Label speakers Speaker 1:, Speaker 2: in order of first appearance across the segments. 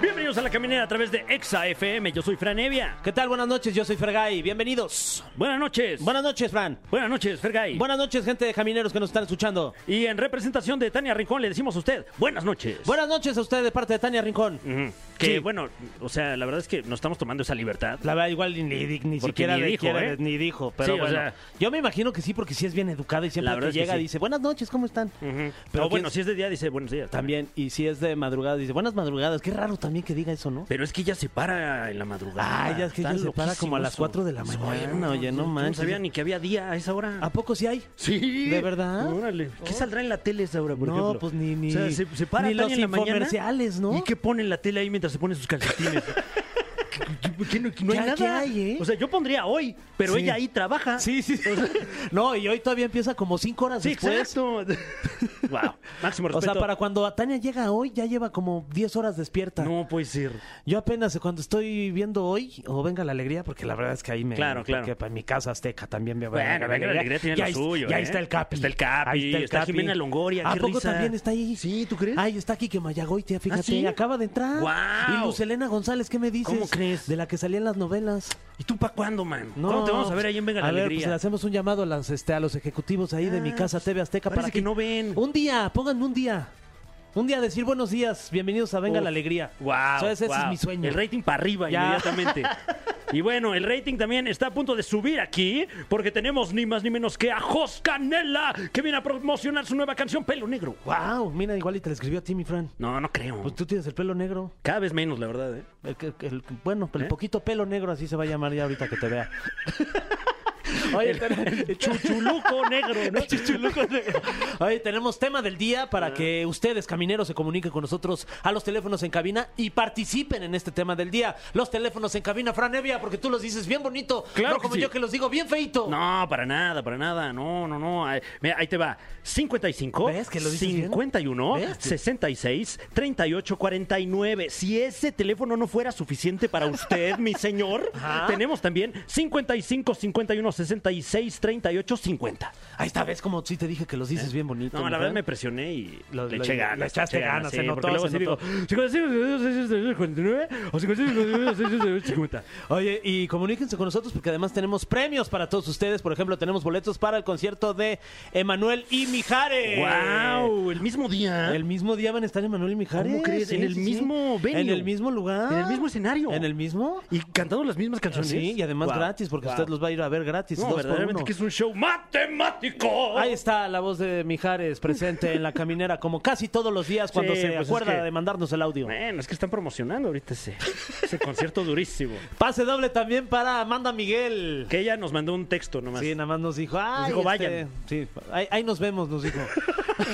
Speaker 1: Bienvenidos a la caminera a través de Exa FM. Yo soy Fran Evia.
Speaker 2: ¿Qué tal? Buenas noches, yo soy Fergay. Bienvenidos.
Speaker 1: Buenas noches.
Speaker 2: Buenas noches, Fran.
Speaker 1: Buenas noches, Fergay.
Speaker 2: Buenas noches, gente de Camineros que nos están escuchando.
Speaker 1: y en representación de Tania Rincón le decimos a usted, buenas noches.
Speaker 2: Buenas noches a ustedes de parte de Tania Rincón.
Speaker 1: Ujú. Que
Speaker 2: Sí.
Speaker 1: bueno, o sea, la verdad es que nos estamos tomando esa libertad.
Speaker 2: La verdad, igual ni, ni, ni
Speaker 1: Porque
Speaker 2: siquiera
Speaker 1: ni
Speaker 2: le
Speaker 1: dijo,
Speaker 2: quiere-
Speaker 1: ¿eh?
Speaker 2: ni dijo, pero
Speaker 1: Sí, o
Speaker 2: bueno.
Speaker 1: sea-
Speaker 2: yo me imagino que sí, porque sí es bien educada y
Speaker 1: La
Speaker 2: siempre
Speaker 1: verdad
Speaker 2: que
Speaker 1: es que
Speaker 2: llega
Speaker 1: sí.
Speaker 2: dice, buenas noches, ¿cómo están?
Speaker 1: Pero
Speaker 2: quién-
Speaker 1: bueno, si es de día, dice buenos días.
Speaker 2: También, y si es de madrugada, dice, buenas madrugadas. Qué raro también que diga eso, ¿no?
Speaker 1: Pero es que ya se para en la madrugada.
Speaker 2: Ah, ya es que
Speaker 1: Está
Speaker 2: ella se para
Speaker 1: loquísimo
Speaker 2: como a las
Speaker 1: eso.
Speaker 2: 4 de la
Speaker 1: Sí,
Speaker 2: mañana, oye, no
Speaker 1: yo No
Speaker 2: manches.
Speaker 1: sabía ni que había día a esa hora.
Speaker 2: ¿A poco sí hay?
Speaker 1: Sí.
Speaker 2: ¿De verdad?
Speaker 1: Órale. ¿Qué saldrá en la tele esa hora, por
Speaker 2: No,
Speaker 1: ejemplo?
Speaker 2: pues ni- ni-
Speaker 1: O sea, se, se para
Speaker 2: ni
Speaker 1: Tania
Speaker 2: los
Speaker 1: en la mañana.
Speaker 2: infomerciales, ¿no?
Speaker 1: ¿Y qué pone en la tele ahí mientras se pone sus calcetines? ¿Qué- qué no, que no hay
Speaker 2: ¿Qué-
Speaker 1: nada.
Speaker 2: qué hay, eh?
Speaker 1: O sea, yo pondría hoy, pero
Speaker 2: Sí.
Speaker 1: ella ahí trabaja.
Speaker 2: Sí, sí. no, y hoy todavía empieza como 5 horas
Speaker 1: Sí,
Speaker 2: después.
Speaker 1: exacto. wow. Máximo respeto.
Speaker 2: O sea, para cuando a Tania llega hoy, ya lleva como 10 horas despierta.
Speaker 1: No puede ser.
Speaker 2: Yo apenas cuando estoy viendo hoy, o venga la alegría, porque la verdad es que ahí me.
Speaker 1: Claro, claro.
Speaker 2: Porque en mi casa azteca también me
Speaker 1: Bueno, Venga la Alegría tiene
Speaker 2: Y
Speaker 1: lo
Speaker 2: ahí-
Speaker 1: suyo,
Speaker 2: Y
Speaker 1: ¿eh?
Speaker 2: ahí está el Capi.
Speaker 1: Está el Capi,
Speaker 2: Ahí
Speaker 1: está Jimena Longoria,
Speaker 2: ¿A
Speaker 1: qué
Speaker 2: poco
Speaker 1: risa.
Speaker 2: también está ahí?
Speaker 1: Sí, ¿tú crees?
Speaker 2: Ahí está Quique Mayagoitia, fíjate.
Speaker 1: ¿sí?
Speaker 2: Acaba de entrar.
Speaker 1: ¡Guau!
Speaker 2: Y Luz Elena González, ¿qué me dices?
Speaker 1: ¿Cómo creres?
Speaker 2: De la que salía en las novelas.
Speaker 1: ¿Y tú para cuándo, man?
Speaker 2: No,
Speaker 1: ¿Cuándo te vamos a ver ahí en Venga la
Speaker 2: a ver,
Speaker 1: Alegría?
Speaker 2: pues, hacemos un llamado a, las, este, a los ejecutivos ahí de mi
Speaker 1: Ah,
Speaker 2: casa TV Azteca
Speaker 1: parece
Speaker 2: para
Speaker 1: que no ven.
Speaker 2: Un día, pónganme un día. Un día decir buenos días, bienvenidos a Venga
Speaker 1: Uf,
Speaker 2: la Alegría.
Speaker 1: Wow,
Speaker 2: O sea, ese
Speaker 1: wow.
Speaker 2: es mi sueño.
Speaker 1: El rating para arriba
Speaker 2: Ya.
Speaker 1: inmediatamente. Y bueno, el rating también está a punto de subir aquí porque tenemos ni más ni menos que a Jos Canela que viene a promocionar su nueva canción Pelo Negro.
Speaker 2: Wow, mira, igual y te lo escribió a ti, mi Fran.
Speaker 1: No, no creo.
Speaker 2: Pues tú tienes el pelo negro.
Speaker 1: Cada vez menos, la verdad. ¿eh?
Speaker 2: El que- el- bueno, el
Speaker 1: ¿Eh?
Speaker 2: poquito pelo negro así se va a llamar ya ahorita que te vea. Oye, ten-
Speaker 1: Chuchuluco negro, ¿no?
Speaker 2: Chichuluco negro. Oye, tenemos tema del día
Speaker 1: Ah.
Speaker 2: para que ustedes, camineros, se comuniquen con nosotros a los teléfonos en cabina y participen en este tema del día. Los teléfonos en cabina, Fran Evia, porque tú los dices bien bonito.
Speaker 1: Claro
Speaker 2: no
Speaker 1: que
Speaker 2: como
Speaker 1: sí.
Speaker 2: yo que los digo bien feito.
Speaker 1: No, para nada, para nada. No, no, no. Ay, mira, ahí te va. 55,
Speaker 2: ¿Ves que lo dices bien?
Speaker 1: 51,
Speaker 2: ¿Ves?
Speaker 1: 66, 38, 49. Si ese teléfono no fuera suficiente para usted, mi señor,
Speaker 2: Ajá.
Speaker 1: tenemos también 55, 51, 66, 38, 50.
Speaker 2: Ahí está, ves como sí te dije que los dices bien bonito.
Speaker 1: ¿Eh? No,
Speaker 2: mi
Speaker 1: la verdad
Speaker 2: Fran?
Speaker 1: me presioné y
Speaker 2: Lo-
Speaker 1: le
Speaker 2: lo-
Speaker 1: eché ganas.
Speaker 2: le echaste
Speaker 1: eché
Speaker 2: ganas,
Speaker 1: sí,
Speaker 2: se notó,
Speaker 1: porque luego
Speaker 2: se
Speaker 1: sí
Speaker 2: notó.
Speaker 1: digo, 55, 52, 49 o 55, 52, 66, 50.
Speaker 2: Oye, y comuníquense con nosotros porque además tenemos premios para todos ustedes. Por ejemplo, tenemos boletos para el concierto de Emanuel y Mijares.
Speaker 1: ¡Wow! El mismo día.
Speaker 2: El mismo día van a estar Emanuel y Mijares.
Speaker 1: ¿Ah? ¿Cómo crees? En el mismo venue.
Speaker 2: En el mismo lugar.
Speaker 1: En el mismo escenario.
Speaker 2: En el mismo.
Speaker 1: Y cantando las mismas canciones.
Speaker 2: Sí, y además
Speaker 1: Wow,
Speaker 2: gratis, porque
Speaker 1: wow.
Speaker 2: usted los va a ir a ver gratis.
Speaker 1: No,
Speaker 2: dos por
Speaker 1: verdaderamente
Speaker 2: uno.
Speaker 1: que es un show matemático.
Speaker 2: Ahí está la voz de Mijares presente en la caminera, como casi todos los días cuando
Speaker 1: Sí,
Speaker 2: se
Speaker 1: pues es
Speaker 2: acuerda
Speaker 1: que-
Speaker 2: de mandarnos el audio.
Speaker 1: Bueno, es que están promocionando ahorita ese, ese concierto durísimo.
Speaker 2: Pase doble también para Amanda Miguel.
Speaker 1: Que ella nos mandó un texto nomás.
Speaker 2: Sí, nada más nos dijo, ay,
Speaker 1: dijo,
Speaker 2: este,
Speaker 1: "Vayan".
Speaker 2: Sí, ahí, ahí nos vemos, nos dijo.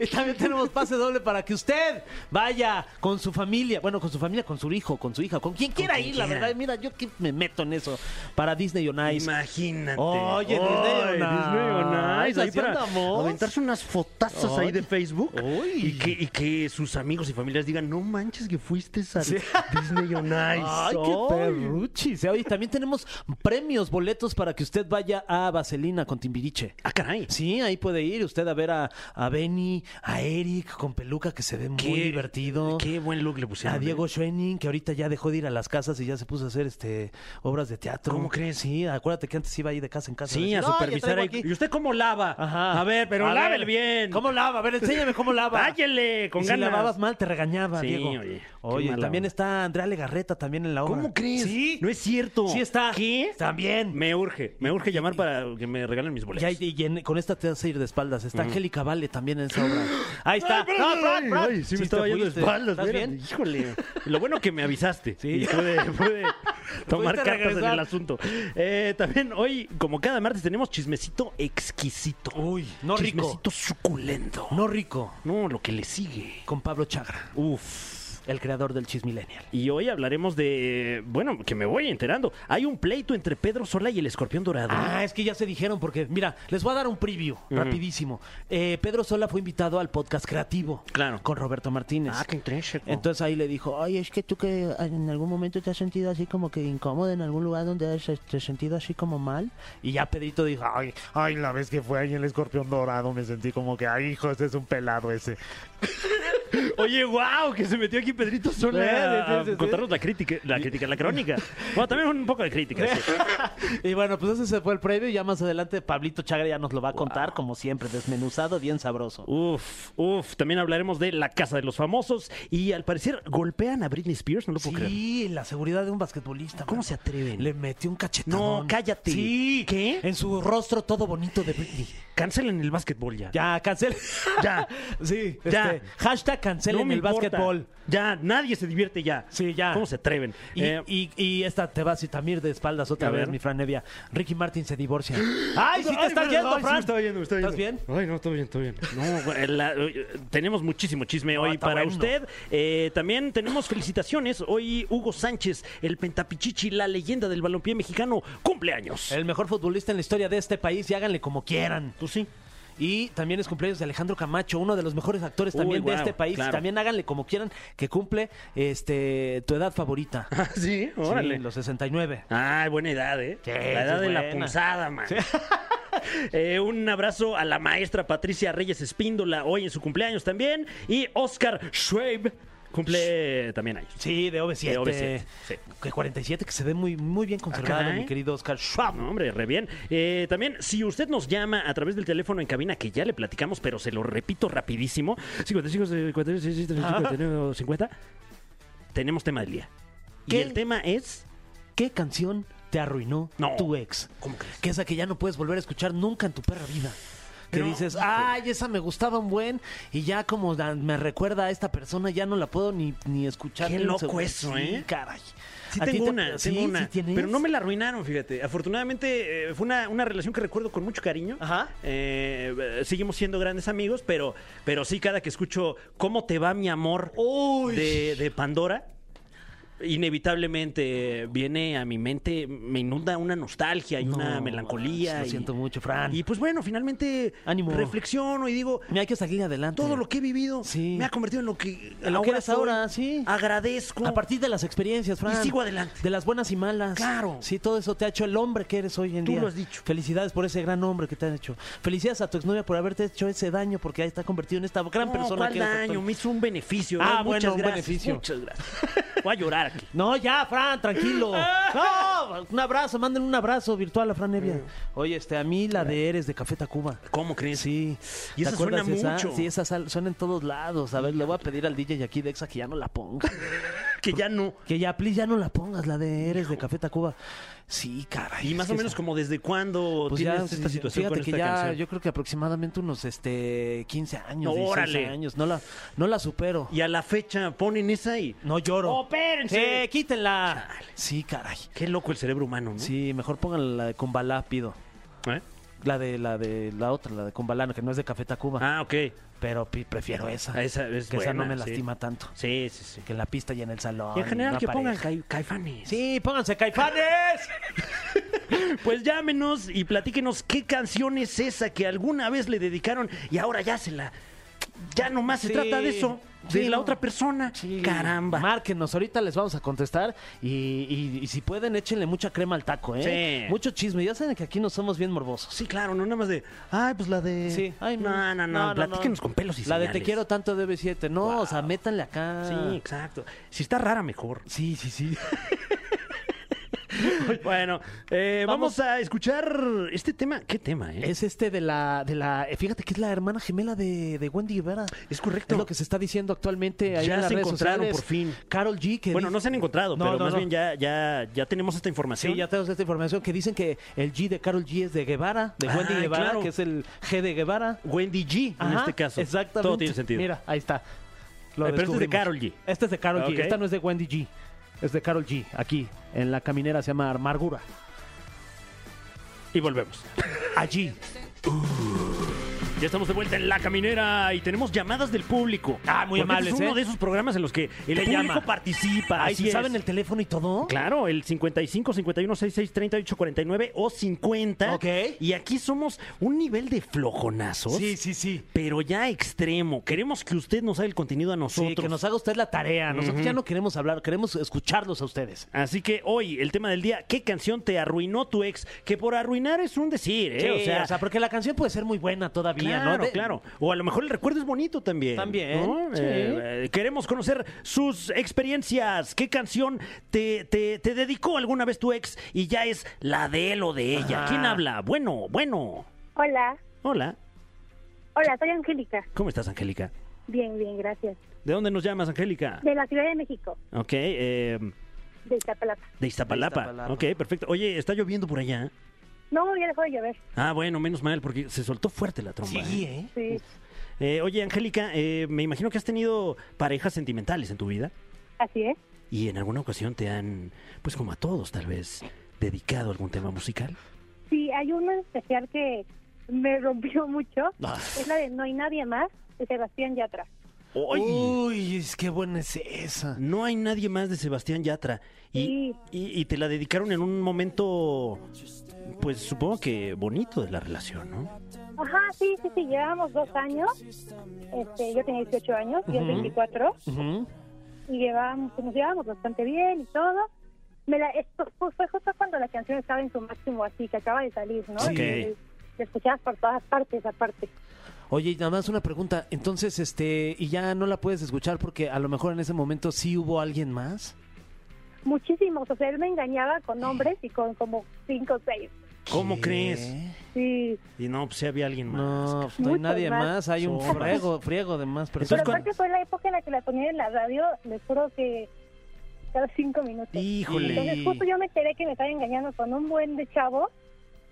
Speaker 2: y también tenemos pase doble para que usted vaya con su familia, bueno, con su familia, con su hijo, con su hija, con quien quiera
Speaker 1: quien
Speaker 2: ir, la
Speaker 1: quiera.
Speaker 2: verdad. Mira, yo que me meto en eso para Disney on Ice.
Speaker 1: Imagínate.
Speaker 2: Oye, Disney on
Speaker 1: Disney on
Speaker 2: Ice,
Speaker 1: Ice, Ahí
Speaker 2: haciendo
Speaker 1: para
Speaker 2: amor.
Speaker 1: aventarse unas fotazas ahí
Speaker 2: Oye.
Speaker 1: de Facebook.
Speaker 2: Uy.
Speaker 1: Y que, y que sus amigos y familias digan, no manches que fuiste a
Speaker 2: Sí.
Speaker 1: Disney on Ice.
Speaker 2: Ay, qué perruchis. Oye, también tenemos premios, boletos para que usted vaya a Vaselina con Timbiriche.
Speaker 1: Ah, caray.
Speaker 2: Sí, ahí puede ir usted a ver a, a Benny, a Eric con peluca que se ve muy divertido.
Speaker 1: Qué buen look le pusieron.
Speaker 2: A
Speaker 1: ¿eh?
Speaker 2: Ah, Diego Schwenning, que ahorita ya dejó de ir a las casas y ya se puso a hacer este obras de teatro.
Speaker 1: ¿Cómo crees?
Speaker 2: Sí, acuérdate que antes iba ahí de casa en casa.
Speaker 1: Sí,
Speaker 2: decir,
Speaker 1: a
Speaker 2: "Oye,
Speaker 1: supervisar
Speaker 2: traigo
Speaker 1: ahí.
Speaker 2: aquí".
Speaker 1: ¿Y usted cómo lava?
Speaker 2: Ajá.
Speaker 1: A ver, pero
Speaker 2: A
Speaker 1: lávele
Speaker 2: ver,
Speaker 1: bien.
Speaker 2: ¿Cómo lava? A ver, enséñame cómo lava.
Speaker 1: Váyele, con
Speaker 2: Y si
Speaker 1: ganas.
Speaker 2: lavabas mal, te regañaba,
Speaker 1: Sí,
Speaker 2: Diego.
Speaker 1: oye, qué mala
Speaker 2: también
Speaker 1: onda.
Speaker 2: está Andrea Legarreta también en la obra.
Speaker 1: ¿Cómo crees?
Speaker 2: Sí.
Speaker 1: No es cierto.
Speaker 2: Sí está.
Speaker 1: ¿Qué?
Speaker 2: También.
Speaker 1: Me urge. Me urge llamar para que me regalen mis
Speaker 2: Ya,
Speaker 1: boletos.
Speaker 2: y, y en- con esta te vas a ir de espaldas. Está Angélica Vale también en esa obra. Ahí está.
Speaker 1: Mm. Ay,
Speaker 2: No, Fran, Fran.
Speaker 1: ay, sí, me
Speaker 2: te
Speaker 1: estaba yendo de
Speaker 2: fuiste.
Speaker 1: espaldas.
Speaker 2: ¿Estás
Speaker 1: mira.
Speaker 2: bien?
Speaker 1: Híjole. Lo bueno que me avisaste.
Speaker 2: Sí.
Speaker 1: Y pude, pude tomar
Speaker 2: Pudiste
Speaker 1: cartas en
Speaker 2: regresar.
Speaker 1: el asunto. Eh, también hoy, como cada martes, tenemos chismecito exquisito.
Speaker 2: Uy, no rico.
Speaker 1: Chismecito suculento.
Speaker 2: No rico.
Speaker 1: No, lo que le sigue.
Speaker 2: Con Pablo Chagra.
Speaker 1: Uf. Valdés.
Speaker 2: el creador del Cheese Millennial.
Speaker 1: Y hoy hablaremos de, bueno, que me voy enterando. Hay un pleito entre Pedro Sola y el Escorpión Dorado.
Speaker 2: Ah, es que ya se dijeron porque, mira, les voy a dar un preview rapidísimo. Eh, Pedro Sola fue invitado al podcast creativo.
Speaker 1: Claro.
Speaker 2: Con Roberto Martínez.
Speaker 1: Ah, qué intrínseco.
Speaker 2: Entonces ahí le dijo, ay, es que tú que en algún momento te has sentido así como que incómodo en algún lugar donde has, este, te has sentido así como mal. Y ya Pedrito dijo,
Speaker 3: Ay, ay, la vez que fue ahí el escorpión dorado me sentí como que, ay, hijo, este es un pelado ese.
Speaker 1: Oye, wow, que se metió aquí Pedrito
Speaker 2: Ah,
Speaker 1: Sola ¿eh?
Speaker 2: Sí, sí,
Speaker 1: a
Speaker 2: sí, sí.
Speaker 1: Ah, contarnos la crítica, la crítica, la crónica. Bueno, también un poco de crítica. sí.
Speaker 2: y bueno, pues ese fue el previo. Ya más adelante Pablito Chagra ya nos lo va a contar, como siempre, desmenuzado, bien sabroso.
Speaker 1: Uh, Uf, uf, también hablaremos de La Casa de los Famosos y al parecer golpean a Britney Spears, no lo puedo creer.
Speaker 2: Sí, la seguridad de un basquetbolista.
Speaker 1: ¿Cómo
Speaker 2: mano.
Speaker 1: se atreven?
Speaker 2: Le metió un cachetón.
Speaker 1: No, cállate.
Speaker 2: Sí.
Speaker 1: ¿Qué?
Speaker 2: En su rostro todo bonito de Britney.
Speaker 1: Cancelen el básquetbol ya.
Speaker 2: Ya, cancel.
Speaker 1: Ya.
Speaker 2: sí,
Speaker 1: Ya.
Speaker 2: este, hashtag cancelen
Speaker 1: me
Speaker 2: el
Speaker 1: importa.
Speaker 2: básquetbol.
Speaker 1: Ya, nadie se divierte ya.
Speaker 2: Sí, ya.
Speaker 1: ¿Cómo se atreven?
Speaker 2: Y,
Speaker 1: Eh,
Speaker 2: y- y esta te vas y tamir de espaldas otra
Speaker 1: A
Speaker 2: vez,
Speaker 1: ver.
Speaker 2: mi Fran Nevia. Ricky Martin se divorcia. ¡Ay, sí te estás
Speaker 1: Fran,
Speaker 2: yendo,
Speaker 1: ay, sí
Speaker 2: Fran!
Speaker 1: me estaba yendo, me estaba
Speaker 2: ¿Estás bien?
Speaker 1: yendo. Ay, no, todo bien, todo bien. No, güey, la- eh, tenemos muchísimo chisme
Speaker 2: No,
Speaker 1: hoy
Speaker 2: está
Speaker 1: para
Speaker 2: bueno.
Speaker 1: usted. Eh, también tenemos felicitaciones. Hoy Hugo Sánchez, el pentapichichi, la leyenda del balompié mexicano, cumpleaños.
Speaker 2: El mejor futbolista en la historia de este país y háganle como quieran.
Speaker 1: Tú sí.
Speaker 2: Y también es cumpleaños de Alejandro Camacho, uno de los mejores actores
Speaker 1: Uy,
Speaker 2: también de
Speaker 1: guau,
Speaker 2: este país.
Speaker 1: claro.
Speaker 2: También háganle como quieran que cumple este tu edad favorita.
Speaker 1: Ah, Sí,
Speaker 2: Sí,
Speaker 1: órale.
Speaker 2: los 69.
Speaker 1: Ay, buena edad, ¿eh?
Speaker 2: Sí,
Speaker 1: la edad
Speaker 2: sí,
Speaker 1: de la
Speaker 2: buena.
Speaker 1: punzada, man. Eh, un abrazo a la maestra Patricia Reyes Espíndola, hoy en su cumpleaños también. Y Oscar Schwab cumple también años.
Speaker 2: Sí, de OV7.
Speaker 1: De OV7, sí.
Speaker 2: Que 47, que se ve muy, muy bien conservado,
Speaker 1: caray.
Speaker 2: mi querido Oscar Schwab.
Speaker 1: No, hombre, re bien. Eh, también, si usted nos llama a través del teléfono en cabina, que ya le platicamos, pero se lo repito rapidísimo, 55, 56, 56, 59, 50, tenemos tema del día. Y
Speaker 2: ¿Qué?
Speaker 1: el tema es...
Speaker 2: ¿Qué canción te arruinó
Speaker 1: No.
Speaker 2: tu ex?
Speaker 1: ¿Cómo crees?
Speaker 2: Que esa que ya no puedes volver a escuchar nunca en tu perra vida. Que
Speaker 1: No,
Speaker 2: dices,
Speaker 1: hijo.
Speaker 2: ay, esa me gustaba un buen y ya como la- me recuerda a esta persona, ya no la puedo ni, ni escuchar.
Speaker 1: Qué
Speaker 2: ni un
Speaker 1: loco
Speaker 2: segundo".
Speaker 1: eso,
Speaker 2: Sí,
Speaker 1: ¿eh?
Speaker 2: caray.
Speaker 1: Sí
Speaker 2: ¿A ti
Speaker 1: tengo
Speaker 2: te-
Speaker 1: una,
Speaker 2: sí,
Speaker 1: tengo una.
Speaker 2: sí tienes?
Speaker 1: pero no me la arruinaron, fíjate. Afortunadamente eh, fue una, una relación que recuerdo con mucho cariño.
Speaker 2: Ajá.
Speaker 1: Eh, eh, seguimos siendo grandes amigos, pero, pero sí, cada que escucho ¿Cómo te va mi amor?
Speaker 2: Uy.
Speaker 1: De, de Pandora. Inevitablemente viene a mi mente, me inunda una nostalgia y
Speaker 2: No,
Speaker 1: una melancolía.
Speaker 2: lo
Speaker 1: y-
Speaker 2: siento mucho, Fran.
Speaker 1: Y pues bueno, finalmente
Speaker 2: Ánimo.
Speaker 1: reflexiono y digo,
Speaker 2: Mira, hay que salir adelante.
Speaker 1: todo lo que he vivido
Speaker 2: Sí.
Speaker 1: me ha convertido en lo que,
Speaker 2: En lo que eres
Speaker 1: soy.
Speaker 2: ahora, sí.
Speaker 1: Agradezco.
Speaker 2: A partir de las experiencias, Fran.
Speaker 1: Y sigo adelante.
Speaker 2: De las buenas y malas.
Speaker 1: Claro.
Speaker 2: Sí, todo eso te ha hecho el hombre que eres hoy en
Speaker 1: Tú
Speaker 2: día.
Speaker 1: lo has dicho.
Speaker 2: Felicidades por ese gran hombre que te han hecho. Felicidades a tu exnovia por haberte hecho ese daño porque ahí está convertido en esta gran
Speaker 1: No,
Speaker 2: persona
Speaker 1: ¿cuál
Speaker 2: que eres
Speaker 1: daño?
Speaker 2: actual-
Speaker 1: Me hizo un beneficio.
Speaker 2: Ah,
Speaker 1: ¿no?
Speaker 2: bueno,
Speaker 1: muchas
Speaker 2: un
Speaker 1: gracias,
Speaker 2: beneficio.
Speaker 1: Muchas gracias. Voy a llorar aquí.
Speaker 2: No, ya, Fran, tranquilo. No, un abrazo, manden un abrazo virtual a Fran Nevia. Oye, este, a mí la de Eres de Café Tacuba.
Speaker 1: ¿Cómo crees?
Speaker 2: Sí.
Speaker 1: Y
Speaker 2: ¿Te
Speaker 1: esa suena
Speaker 2: acuerdas esa?
Speaker 1: mucho.
Speaker 2: Sí, esa sal- suena en todos lados. A ver, le voy a pedir al DJ aquí de Exa que ya no la ponga.
Speaker 1: Que ya no.
Speaker 2: Que ya, please, ya no la pongas, la de Eres de Café Tacuba. Sí, caray.
Speaker 1: Y
Speaker 2: es
Speaker 1: más o
Speaker 2: que
Speaker 1: menos
Speaker 2: esa-
Speaker 1: como desde cuándo
Speaker 2: pues ya,
Speaker 1: tienes
Speaker 2: sí,
Speaker 1: esta
Speaker 2: sí,
Speaker 1: situación
Speaker 2: fíjate
Speaker 1: con esta
Speaker 2: que ya
Speaker 1: canción.
Speaker 2: yo creo que aproximadamente unos este 15 años, 16
Speaker 1: Órale.
Speaker 2: años, no la no la supero.
Speaker 1: Y a la fecha ponen esa y...
Speaker 2: No lloro.
Speaker 1: ¡Opérense!
Speaker 2: Eh, quítenla. Sí, caray.
Speaker 1: Qué loco el cerebro humano, ¿no?
Speaker 2: Sí, mejor pongan la de Combalá, pido.
Speaker 1: ¿Eh?
Speaker 2: La de la de la otra, la de Combalá, que no es de Café Tacuba,
Speaker 1: Ah, ok.
Speaker 2: pero pi- prefiero esa.
Speaker 1: Ah, esa es
Speaker 2: que esa no
Speaker 1: buena,
Speaker 2: me
Speaker 1: sí.
Speaker 2: lastima tanto.
Speaker 1: Sí, sí, sí.
Speaker 2: Que en la pista y en el salón.
Speaker 1: Y en general
Speaker 2: una
Speaker 1: que pongan
Speaker 2: pareja.
Speaker 1: cai- caifanes.
Speaker 2: Sí, pónganse caifanes.
Speaker 1: Pues llámenos y platíquenos qué canción es esa que alguna vez le dedicaron y ahora ya se la... Ya nomás se
Speaker 2: Sí.
Speaker 1: trata de eso, de
Speaker 2: Sí,
Speaker 1: la
Speaker 2: no.
Speaker 1: otra persona.
Speaker 2: Sí.
Speaker 1: Caramba.
Speaker 2: Márquenos, ahorita les vamos a contestar. Y, y- y si pueden, échenle mucha crema al taco, ¿eh?
Speaker 1: Sí.
Speaker 2: Mucho chisme. Ya saben que aquí no somos bien morbosos.
Speaker 1: Sí, claro, no nada más de, ay, pues la de...
Speaker 2: Sí. Ay,
Speaker 1: no, no, no, platíquenos con pelos y
Speaker 2: La de te
Speaker 1: señales.
Speaker 2: quiero Ah. tanto de B7. No, o sea, métanle acá.
Speaker 1: Sí, exacto. Si está rara, mejor.
Speaker 2: Sí, sí, sí.
Speaker 1: bueno, eh, vamos. a escuchar este tema. ¿Qué tema, eh?
Speaker 2: Es este de la, de la. eh, Fíjate que es la hermana gemela de, de Wendy Guevara.
Speaker 1: Es correcto.
Speaker 2: Es lo que se está diciendo actualmente ahí
Speaker 1: Ya
Speaker 2: en las
Speaker 1: se
Speaker 2: redes
Speaker 1: encontraron
Speaker 2: sociales.
Speaker 1: por fin.
Speaker 2: Carol G. Que
Speaker 1: Bueno,
Speaker 2: dice-
Speaker 1: no se han encontrado,
Speaker 2: No,
Speaker 1: pero
Speaker 2: no,
Speaker 1: más
Speaker 2: no.
Speaker 1: bien ya, ya, ya tenemos esta información.
Speaker 2: Sí, ya tenemos esta información que dicen que el G de Carol G es de Guevara, de
Speaker 1: Ah,
Speaker 2: Wendy Guevara,
Speaker 1: claro.
Speaker 2: que es el G de Guevara.
Speaker 1: Wendy G, en
Speaker 2: Ajá,
Speaker 1: este caso.
Speaker 2: Exactamente.
Speaker 1: Todo tiene sentido.
Speaker 2: Mira, ahí está. Lo
Speaker 1: Eh, pero este es de
Speaker 2: descubrimos.
Speaker 1: Karol G.
Speaker 2: Este es de Carol
Speaker 1: Ok.
Speaker 2: G. Esta no es de Wendy G. Es de Carol G. Aquí, en la caminera se llama Amargura.
Speaker 1: Y volvemos.
Speaker 2: Allí.
Speaker 1: Ya estamos de vuelta en La Caminera y tenemos llamadas del público.
Speaker 2: Ah, muy
Speaker 1: Porque
Speaker 2: amables,
Speaker 1: este Es uno
Speaker 2: ¿eh?
Speaker 1: de esos programas en los que el
Speaker 2: Te
Speaker 1: público
Speaker 2: llama.
Speaker 1: participa.
Speaker 2: Ay,
Speaker 1: así
Speaker 2: ¿sí
Speaker 1: es.
Speaker 2: ¿saben el teléfono y todo?
Speaker 1: Claro, el 55 51 66 38 49 o 50.
Speaker 2: Ok.
Speaker 1: Y aquí somos un nivel de flojonazos.
Speaker 2: Sí, sí, sí.
Speaker 1: Pero ya extremo. Queremos que usted nos haga el contenido a nosotros.
Speaker 2: Sí, que nos haga usted la tarea. Nosotros ya no queremos hablar, queremos escucharlos a ustedes.
Speaker 1: Así que hoy, el tema del día, ¿qué canción te arruinó tu ex? Que por arruinar es un decir, ¿eh?
Speaker 2: Sí, o, sea, porque la canción puede ser muy buena todavía,
Speaker 1: Claro,
Speaker 2: ¿no? De-
Speaker 1: claro. O a lo mejor el recuerdo es bonito también.
Speaker 2: También,
Speaker 1: ¿no?
Speaker 2: sí.
Speaker 1: Eh, eh, queremos conocer sus experiencias. ¿Qué canción te, te- te dedicó alguna vez tu ex y ya es la de él o de ella?
Speaker 2: Ajá.
Speaker 1: ¿Quién habla? Bueno, bueno.
Speaker 4: Hola,
Speaker 1: Hola.
Speaker 4: hola, soy Angélica.
Speaker 1: ¿Cómo estás, Angélica?
Speaker 4: Bien, bien, gracias.
Speaker 1: ¿De dónde nos llamas, Angélica?
Speaker 4: De la Ciudad de México,
Speaker 1: Ok, eh,
Speaker 4: de Iztapalapa.
Speaker 1: de Iztapalapa.
Speaker 2: De Iztapalapa.
Speaker 1: Ok, perfecto. Oye, está lloviendo por allá.
Speaker 4: No, ya dejó de llover.
Speaker 1: Ah, bueno, menos mal, porque se soltó fuerte la tromba.
Speaker 2: Sí,
Speaker 1: ¿eh?
Speaker 2: ¿eh?
Speaker 4: Sí.
Speaker 1: Eh, oye, Angélica, eh, me imagino que has tenido parejas sentimentales en tu vida
Speaker 4: Así es.
Speaker 1: y en alguna ocasión te han, pues como a todos tal vez, dedicado a algún tema musical.
Speaker 4: Sí, hay uno en especial que me rompió mucho.
Speaker 2: Ah.
Speaker 4: Es la de No hay nadie más, de Sebastián Yatra.
Speaker 2: Uy, es qué buena es esa.
Speaker 1: No hay nadie más de Sebastián Yatra y,
Speaker 4: Sí.
Speaker 1: y- y te la dedicaron en un momento, pues supongo que bonito de la relación, ¿no?
Speaker 4: Ajá, sí, sí, sí, llevábamos dos años. Este, yo tenía 18 años, y él
Speaker 2: Ujú.
Speaker 4: 24.
Speaker 2: Ujú.
Speaker 4: Y llevábamos, nos llevábamos bastante bien y todo. Me la, esto fue, fue justo cuando la canción estaba en su máximo así, que acaba de salir, ¿no?
Speaker 1: Sí.
Speaker 4: Y- y La escuchabas por todas partes, aparte.
Speaker 2: Oye, y nada más una pregunta. Entonces, este, y ya no la puedes escuchar porque a lo mejor en ese momento sí hubo alguien más.
Speaker 4: Muchísimos, o sea, él me engañaba con hombres y con como cinco o seis.
Speaker 1: ¿Cómo
Speaker 2: ¿Qué?
Speaker 1: crees?
Speaker 4: Sí,
Speaker 1: Y no, pues si había alguien más.
Speaker 2: No, pues, no hay
Speaker 4: Muchos
Speaker 2: nadie
Speaker 4: más.
Speaker 2: más. Hay un
Speaker 1: Sobras.
Speaker 2: friego, friego de más
Speaker 4: pero
Speaker 2: personas.
Speaker 1: cuando-
Speaker 4: aparte fue la época en la que la ponía en la radio, les juro que cada cinco minutos.
Speaker 1: Híjole.
Speaker 4: Entonces justo yo me enteré que me estaba engañando con un buen de chavo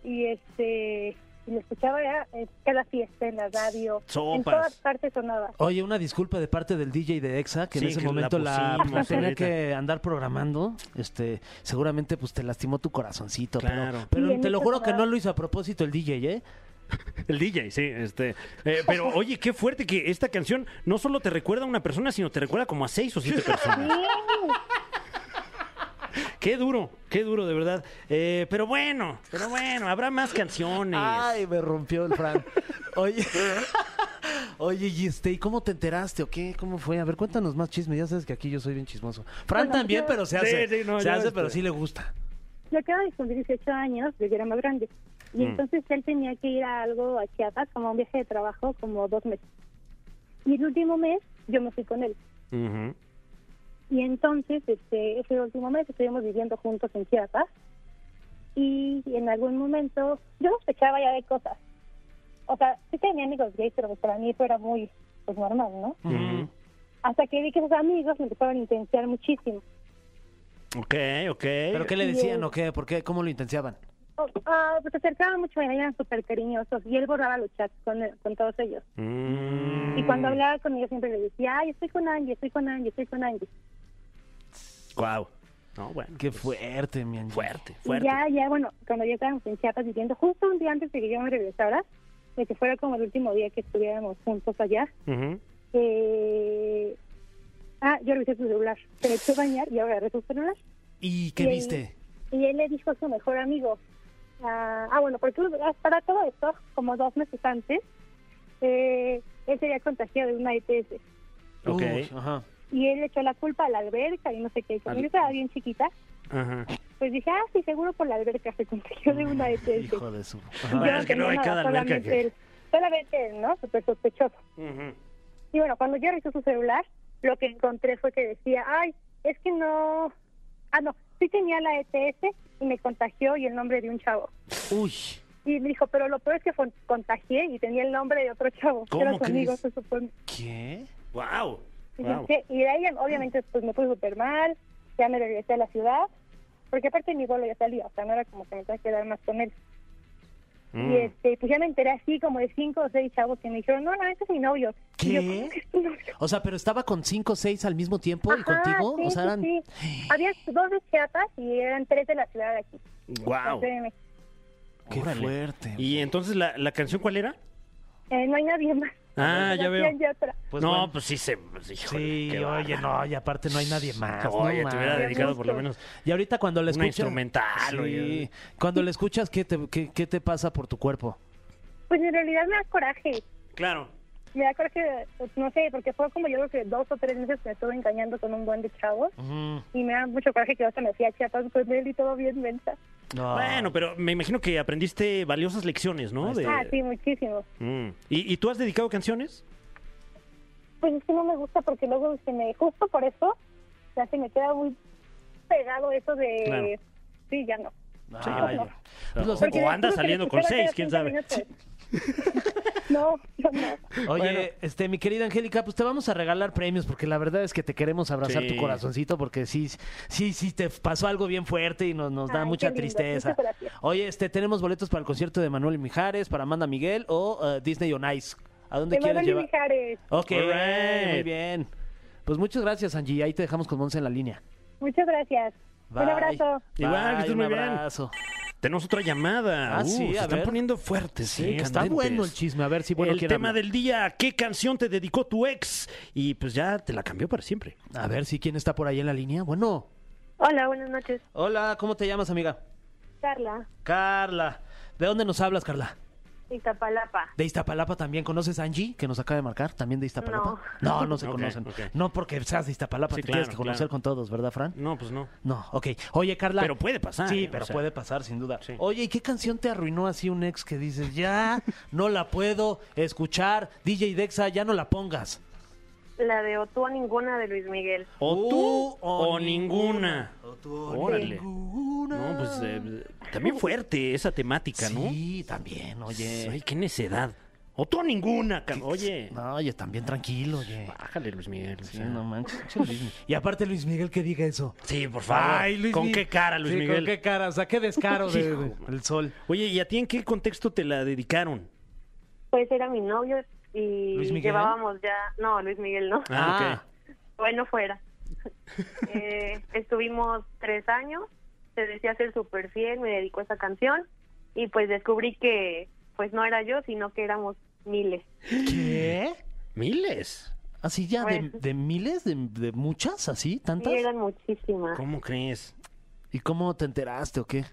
Speaker 4: y este y lo escuchaba ya en cada fiesta, en la radio, en
Speaker 1: Sopas.
Speaker 4: todas partes sonaba.
Speaker 2: Oye, una disculpa de parte del DJ de Exa, que
Speaker 1: Sí,
Speaker 2: en ese
Speaker 1: que la
Speaker 2: momento la,
Speaker 1: pusimos
Speaker 2: la tenía
Speaker 1: ahorita.
Speaker 2: que andar programando. Este, seguramente pues te lastimó tu corazoncito, pero-
Speaker 1: Claro.
Speaker 2: pero,
Speaker 4: Sí, en
Speaker 2: te lo
Speaker 4: eso
Speaker 2: juro que
Speaker 4: sonaba.
Speaker 2: no lo hizo a propósito el DJ, ¿eh?
Speaker 1: El DJ, sí, este. eh, pero oye, qué fuerte que esta canción no solo te recuerda a una persona, sino te recuerda como a seis o siete personas. Qué duro, qué duro, de verdad. Eh, pero bueno, pero bueno, habrá más canciones.
Speaker 2: Ay, me rompió el Fran. Oye, oye, y este, ¿y cómo te enteraste o qué? ¿Cómo fue? A ver, cuéntanos más chisme. Ya sabes que aquí yo soy bien chismoso. Fran
Speaker 4: Bueno,
Speaker 2: también,
Speaker 4: yo-
Speaker 2: pero se
Speaker 1: Sí,
Speaker 2: hace.
Speaker 1: sí, no,
Speaker 2: se
Speaker 1: yo,
Speaker 2: hace,
Speaker 1: este-
Speaker 2: pero sí le gusta.
Speaker 4: Yo acabo de cumplir 18 años, yo ya era más grande. Y
Speaker 1: Mm.
Speaker 4: entonces él tenía que ir a algo a Chiapas, como a un viaje de trabajo, como dos meses. Y el último mes yo me fui con él.
Speaker 1: Ujú.
Speaker 4: Y entonces, este, ese último mes estuvimos viviendo juntos en Chiapas. Y en algún momento, yo sospechaba ya de cosas. O sea, sí tenía amigos gays, pero pues para mí eso era muy pues, normal, ¿no?
Speaker 2: Ujú.
Speaker 4: Hasta que vi que sus amigos me empezaron a intensiar muchísimo.
Speaker 1: Ok, ok.
Speaker 2: ¿Pero qué le
Speaker 4: Sí,
Speaker 2: decían
Speaker 4: él-
Speaker 2: o qué? ¿Por qué? ¿Cómo lo intenciaban?
Speaker 4: Oh, ah, pues se acercaban mucho, eran súper cariñosos. Y él borraba los chats con, con todos ellos.
Speaker 1: Mm.
Speaker 4: Y cuando hablaba con ellos siempre le decía, ay, estoy con Angie, estoy con Angie, estoy con Angie.
Speaker 1: Guau. No, bueno.
Speaker 2: Qué fuerte, mi Angie.
Speaker 1: Fuerte,
Speaker 4: Y
Speaker 1: fuerte.
Speaker 4: ya, ya, bueno, cuando ya estábamos en Chiapas viviendo, justo un día antes de que yo me regresara, de que fuera como el último día que estuviéramos juntos allá,
Speaker 1: Ujú.
Speaker 4: eh, ah, yo revisé su celular, se me echó a bañar y agarré su celular.
Speaker 2: ¿Y qué
Speaker 4: Y él-
Speaker 2: viste?
Speaker 4: Y él le dijo a su mejor amigo, ah, ah, bueno, porque para todo esto, como dos meses antes, eh, él se había contagiado de una ETS.
Speaker 1: Ok.
Speaker 2: Uy, ajá.
Speaker 4: Y él le echó la culpa a la alberca y no sé qué. Y Como
Speaker 1: Al-
Speaker 4: yo estaba bien chiquita,
Speaker 1: Ajá.
Speaker 4: pues dije, ah, sí, seguro por la alberca se contagió de una E ETS.
Speaker 2: Hijo de su.
Speaker 4: Yo
Speaker 2: Ajá.
Speaker 1: Bueno, es que
Speaker 4: tenía
Speaker 1: luego hay
Speaker 4: nada,
Speaker 1: cada alberca
Speaker 4: solamente
Speaker 1: que-
Speaker 4: él. Solamente él, ¿no? Súper sospechoso.
Speaker 1: Ujú.
Speaker 4: Y bueno, cuando yo revisé su celular, lo que encontré fue que decía, ay, es que no... Ah, no, sí tenía la ETS y me contagió y el nombre de un chavo.
Speaker 2: Uy.
Speaker 4: Y me dijo, pero lo peor es que fue- contagié y tenía el nombre de otro chavo. que Era
Speaker 1: ¿Cómo
Speaker 4: su amigo,
Speaker 1: crees?
Speaker 4: se supone.
Speaker 2: ¿Qué?
Speaker 1: Guau.
Speaker 4: Y,
Speaker 1: Guau.
Speaker 4: dije, y de ahí, obviamente, pues me puse súper mal, ya me regresé a la ciudad, porque aparte mi vuelo ya salía, o sea, no era como que me tenía que quedar más con él.
Speaker 1: Mm.
Speaker 4: Y este, pues ya me enteré así como de cinco o seis chavos que me dijeron, no, no, ese es mi novio. Y yo,
Speaker 2: ¿Qué?
Speaker 4: "¿Cómo que es tu novio?".
Speaker 2: O sea, pero estaba con cinco o seis al mismo tiempo y
Speaker 4: Ajá,
Speaker 2: contigo.
Speaker 4: sí,
Speaker 2: o sea,
Speaker 4: sí,
Speaker 2: eran.
Speaker 4: sí. Había dos de Chiapas y eran tres de la ciudad de aquí.
Speaker 1: Guau.
Speaker 4: Entonces, me-
Speaker 2: Qué
Speaker 1: Órale.
Speaker 2: fuerte.
Speaker 1: Y entonces, ¿la, la canción cuál era?
Speaker 4: eh, no hay nadie más.
Speaker 1: Ah, ya veo.
Speaker 4: Hacían ya otra.
Speaker 2: Pues
Speaker 1: no,
Speaker 2: bueno.
Speaker 1: pues sí se. pues, híjole,
Speaker 2: Sí,
Speaker 1: qué
Speaker 2: oye,
Speaker 1: bárbaro.
Speaker 2: no, y aparte no hay nadie más. no
Speaker 1: Oye, te hubiera
Speaker 2: más.
Speaker 1: dedicado por lo
Speaker 4: Justo.
Speaker 1: menos.
Speaker 2: Y ahorita cuando la
Speaker 1: Una
Speaker 2: escuchas.
Speaker 1: instrumental, oye.
Speaker 2: Cuando la escuchas, ¿qué te, qué, qué te pasa por tu cuerpo?
Speaker 4: Pues en realidad me da coraje.
Speaker 1: Claro.
Speaker 4: Me da coraje, pues, no sé, porque fue como yo creo que dos o tres meses que me estuve engañando con un buen de chavos. Y me da mucho coraje que hasta me fui a Chiapas con él y todo bien mensa.
Speaker 2: No.
Speaker 1: Bueno, pero me imagino que aprendiste valiosas lecciones, ¿no? De-
Speaker 4: Ah, sí, muchísimo.
Speaker 1: Mm. ¿Y, y tú has dedicado canciones?
Speaker 4: Pues es que no me gusta porque luego se me, justo por eso, ya se me queda muy pegado eso de...
Speaker 1: Claro.
Speaker 4: Sí, ya no.
Speaker 2: Ay,
Speaker 1: Ay,
Speaker 2: no.
Speaker 1: no.
Speaker 2: Pues lo
Speaker 1: Porque-
Speaker 2: sé.
Speaker 1: O andas
Speaker 4: después de que
Speaker 1: saliendo
Speaker 4: me
Speaker 1: con
Speaker 4: escuchara
Speaker 1: seis,
Speaker 4: cada
Speaker 1: quién
Speaker 4: 15
Speaker 1: sabe.
Speaker 4: minutos. no, no, no.
Speaker 2: Oye,
Speaker 1: Bueno.
Speaker 2: este, mi querida Angélica, pues te vamos a regalar premios porque la verdad es que te queremos abrazar
Speaker 1: Sí.
Speaker 2: tu corazoncito porque sí, sí, sí, te pasó algo bien fuerte y nos, nos da
Speaker 4: Ay, qué
Speaker 2: mucha
Speaker 4: lindo,
Speaker 2: tristeza.
Speaker 4: muchas gracias.
Speaker 2: Oye, este, tenemos boletos para el concierto de Manuel y Mijares, para Amanda Miguel o eh, Disney on Ice. ¿A dónde
Speaker 4: Te
Speaker 2: quieres
Speaker 4: mando
Speaker 2: llevar?
Speaker 4: Mijares.
Speaker 2: Ok,
Speaker 1: Alright.
Speaker 2: muy bien. Pues muchas gracias, Angie. Ahí te dejamos con Monse en la línea.
Speaker 4: Muchas gracias. Un
Speaker 2: Bye.
Speaker 4: abrazo.
Speaker 1: Igual, que estés
Speaker 2: Bye,
Speaker 1: muy
Speaker 2: un
Speaker 1: bien.
Speaker 2: abrazo.
Speaker 1: Tenemos otra llamada.
Speaker 2: Ah,
Speaker 1: Uh,
Speaker 2: sí,
Speaker 1: se
Speaker 2: a
Speaker 1: están
Speaker 2: ver.
Speaker 1: poniendo fuertes.
Speaker 2: Sí,
Speaker 1: eh,
Speaker 2: que está
Speaker 1: candentes.
Speaker 2: bueno el chisme. A ver si bueno
Speaker 1: el
Speaker 2: quiere
Speaker 1: tema
Speaker 2: hablar.
Speaker 1: del día, ¿qué canción te dedicó tu ex? Y pues ya te la cambió para siempre.
Speaker 2: A ver si quién está por ahí en la línea. Bueno.
Speaker 5: Hola, buenas noches.
Speaker 2: Hola, ¿cómo te llamas, amiga?
Speaker 5: Carla,
Speaker 2: Carla. ¿De dónde nos hablas, Carla?
Speaker 5: Iztapalapa.
Speaker 2: ¿De Iztapalapa también? ¿Conoces a Angie, que nos acaba de marcar? ¿También de Iztapalapa? No, no, se
Speaker 1: Ok,
Speaker 2: conocen.
Speaker 1: ok.
Speaker 2: No porque seas de Iztapalapa,
Speaker 1: Sí,
Speaker 2: te
Speaker 1: claro,
Speaker 2: tienes que conocer
Speaker 1: claro.
Speaker 2: con todos, ¿verdad, Fran?
Speaker 1: No, pues no.
Speaker 2: No, ok. Oye, Carla.
Speaker 1: Pero puede pasar,
Speaker 2: Sí,
Speaker 1: ¿eh?
Speaker 2: pero
Speaker 1: O sea.
Speaker 2: puede pasar, sin duda.
Speaker 1: Sí.
Speaker 2: Oye, ¿y qué canción te arruinó así un ex que dices, ya no la puedo escuchar? DJ Dexa, ya no la pongas.
Speaker 5: La de O tú o ninguna de Luis Miguel.
Speaker 1: O tú o ninguna.
Speaker 2: O tú o
Speaker 1: Órale.
Speaker 2: ninguna.
Speaker 1: No, pues eh, también fuerte esa temática, ¿no?
Speaker 2: Sí, también, oye.
Speaker 1: Ay, qué necedad. O tú o ninguna, cam- Oye.
Speaker 2: No, oye, también tranquilo, oye.
Speaker 1: Bájale, Luis Miguel. o
Speaker 2: Sí,
Speaker 1: sea.
Speaker 2: no manches. Y aparte Luis Miguel que diga eso.
Speaker 1: Sí, por favor. ¿Con
Speaker 2: Mi-
Speaker 1: qué cara, Luis
Speaker 2: Sí,
Speaker 1: Miguel?
Speaker 2: ¿Con qué cara? O sea, qué descaro de-
Speaker 1: Hijo,
Speaker 2: de- el sol.
Speaker 1: Oye, ¿y a ti en qué contexto te la dedicaron?
Speaker 5: Pues era mi novio y
Speaker 2: ¿Luis Miguel?
Speaker 5: llevábamos ya... No, Luis Miguel no.
Speaker 1: Ah,
Speaker 5: Bueno, fuera. Eh, estuvimos tres años, se decía ser súper fiel, me dedicó a esa canción y pues descubrí que pues no era yo, sino que éramos miles.
Speaker 2: ¿Qué?
Speaker 1: Miles.
Speaker 2: ¿Así ya? ¿De,
Speaker 5: Pues-
Speaker 2: de miles? ¿De, de muchas? ¿Así?
Speaker 5: Y
Speaker 2: ¿Tantas?
Speaker 5: eran muchísimas.
Speaker 1: ¿Cómo crees?
Speaker 2: ¿Y cómo te enteraste o qué?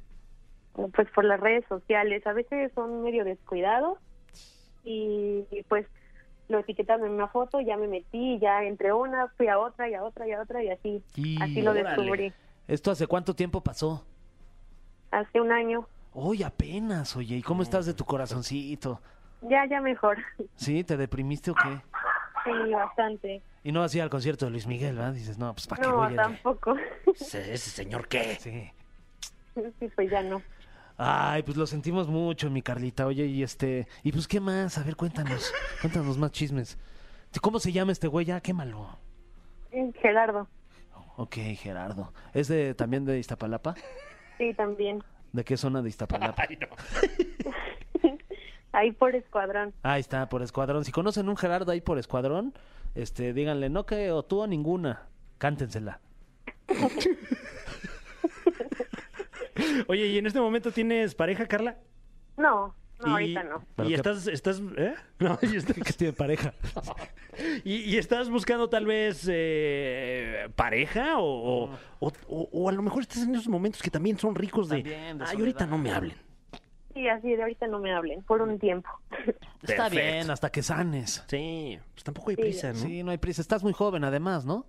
Speaker 5: pues por las redes sociales. A veces son medio descuidados y pues lo etiquetaron en una foto, ya me metí, ya entre una, fui a otra y a otra y a otra y así.
Speaker 2: Y-
Speaker 5: así lo
Speaker 1: órale.
Speaker 5: descubrí.
Speaker 2: ¿Esto hace cuánto tiempo pasó?
Speaker 5: Hace un año.
Speaker 2: Hoy apenas, oye. ¿Y cómo estás de tu corazoncito?
Speaker 5: Ya, ya mejor.
Speaker 2: ¿Sí? ¿Te deprimiste o qué?
Speaker 5: Sí, bastante.
Speaker 2: Y no vas a ir al concierto de Luis Miguel, ¿verdad? Dices, no, pues ¿para qué
Speaker 5: No,
Speaker 2: voy a ir?
Speaker 5: tampoco.
Speaker 1: ¿Ese, ese señor qué?
Speaker 2: Sí.
Speaker 5: sí, pues ya no.
Speaker 2: Ay, pues lo sentimos mucho, mi Carlita. Oye, y este... ¿Y pues qué más? A ver, cuéntanos. Cuéntanos más chismes. ¿Cómo se llama este güey ya? Quémalo.
Speaker 5: Gerardo,
Speaker 2: Ok, Gerardo. ¿Es de, también de Iztapalapa?
Speaker 5: sí, también.
Speaker 2: ¿De qué zona de Iztapalapa?
Speaker 5: Ahí por escuadrón.
Speaker 2: Ahí está, por escuadrón. Si conocen un Gerardo ahí por escuadrón, este, díganle, no que o tú o ninguna. Cántensela.
Speaker 1: Oye, ¿y en este momento tienes pareja, Carla?
Speaker 5: No, no,
Speaker 1: Y-
Speaker 5: ahorita no.
Speaker 2: Pero
Speaker 1: ¿Y
Speaker 2: qué-
Speaker 1: estás, estás, eh? No, y, estás
Speaker 2: Que tiene pareja.
Speaker 1: y- y estás buscando tal vez eh, pareja o, o, o- o a lo mejor estás en esos momentos que también son ricos de...
Speaker 2: También, de
Speaker 1: Ay, ahorita no
Speaker 2: soledad".
Speaker 1: me hablen.
Speaker 5: Sí, así de ahorita no me hablen, por un tiempo.
Speaker 2: Está
Speaker 1: Perfecto.
Speaker 2: bien, hasta que sanes.
Speaker 1: Sí, pues tampoco hay
Speaker 5: Sí.
Speaker 1: prisa, ¿no?
Speaker 2: Sí, no hay prisa. Estás muy joven, además, ¿no?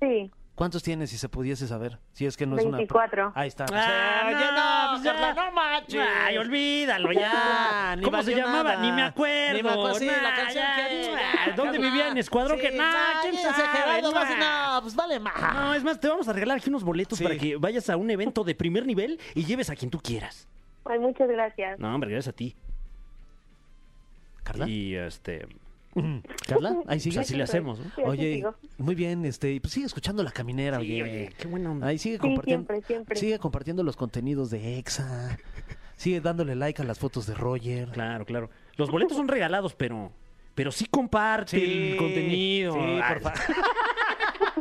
Speaker 5: Sí,
Speaker 2: ¿Cuántos tienes, si se pudiese saber? Si es que no es una...
Speaker 5: 24.
Speaker 2: Ahí está.
Speaker 1: Ah,
Speaker 2: Pues,
Speaker 1: no, pues ya.
Speaker 2: Carla, no manches.
Speaker 1: Ay, olvídalo ya.
Speaker 2: Ya, ni
Speaker 1: ¿Cómo se
Speaker 2: valió
Speaker 1: llamaba?
Speaker 2: nada.
Speaker 1: Ni me acuerdo.
Speaker 2: Ni me acuerdo, sí, la
Speaker 1: Nah,
Speaker 2: canción
Speaker 1: ya,
Speaker 2: que-
Speaker 1: nah, ¿Dónde
Speaker 2: Nah,
Speaker 1: vivía en Escuadrón?
Speaker 2: sí,
Speaker 1: que nada,
Speaker 2: nah,
Speaker 1: ¿quién
Speaker 2: ese
Speaker 1: sabe?
Speaker 2: Gerardo Vázquez,
Speaker 1: Nah.
Speaker 2: no, pues vale más.
Speaker 1: No, es más, te vamos a regalar aquí unos boletos
Speaker 2: Sí.
Speaker 1: para que vayas a un evento de primer nivel y lleves a quien tú quieras.
Speaker 5: Ay, muchas gracias.
Speaker 1: No, hombre, gracias a ti.
Speaker 2: Carla,
Speaker 1: Y este.
Speaker 2: Carla, ahí sigue.
Speaker 1: Pues así le hacemos, ¿no?
Speaker 5: Sí, así
Speaker 2: Oye,
Speaker 5: sigo.
Speaker 2: muy bien, este, y pues sigue escuchando la caminera, oye.
Speaker 1: qué buena onda.
Speaker 2: Ahí sigue
Speaker 5: Sí,
Speaker 2: compartiendo.
Speaker 5: siempre, siempre.
Speaker 2: Sigue compartiendo los contenidos de Exa. Sigue dándole like a las fotos de Roger.
Speaker 1: Claro, claro. Los boletos son regalados, pero. Pero sí comparte el contenido.
Speaker 2: Sí,
Speaker 1: Ay,
Speaker 2: por favor.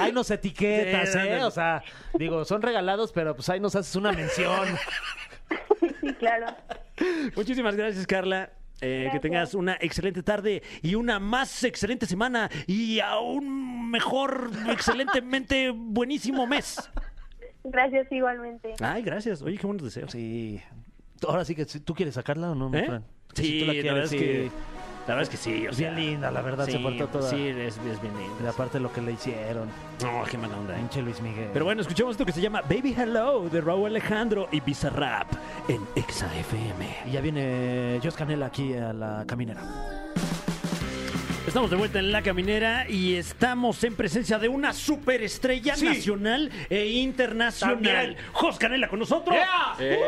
Speaker 2: Ahí nos etiquetas,
Speaker 1: Sí,
Speaker 2: ¿eh?
Speaker 1: ándale.
Speaker 2: O sea, digo, son regalados, pero pues ahí nos haces una mención.
Speaker 5: Sí, claro.
Speaker 1: Muchísimas gracias, Carla. Eh, que
Speaker 5: Gracias.
Speaker 1: tengas una excelente tarde y una más excelente semana y aún mejor, excelentemente buenísimo mes.
Speaker 5: Gracias igualmente.
Speaker 1: Ay, gracias. Oye, qué buenos deseos.
Speaker 2: Sí. Ahora sí que sí, tú quieres sacarla o no, mi
Speaker 1: ¿Eh?
Speaker 2: Fran?
Speaker 1: Sí,
Speaker 2: Si tú
Speaker 1: la, verdad
Speaker 2: sí.
Speaker 1: es que, la verdad es que sí. O
Speaker 2: Es
Speaker 1: sea,
Speaker 2: bien linda, la verdad, se
Speaker 1: sí,
Speaker 2: portó toda.
Speaker 1: Sí, es, es bien
Speaker 2: Y
Speaker 1: linda.
Speaker 2: aparte lo que le hicieron.
Speaker 1: No, qué mala onda. ¿eh?
Speaker 2: Pinche Luis Miguel.
Speaker 1: Pero bueno, escuchemos esto que se llama Baby Hello de Raúl Alejandro y Bizarrap en Exa FM.
Speaker 2: Y ya viene Jos Canela aquí a la caminera.
Speaker 1: Estamos de vuelta en La Caminera y estamos en presencia de una superestrella
Speaker 2: Sí.
Speaker 1: nacional e internacional.
Speaker 2: También.
Speaker 1: Jos Canela con nosotros.
Speaker 2: ¡Ea!
Speaker 6: Eh,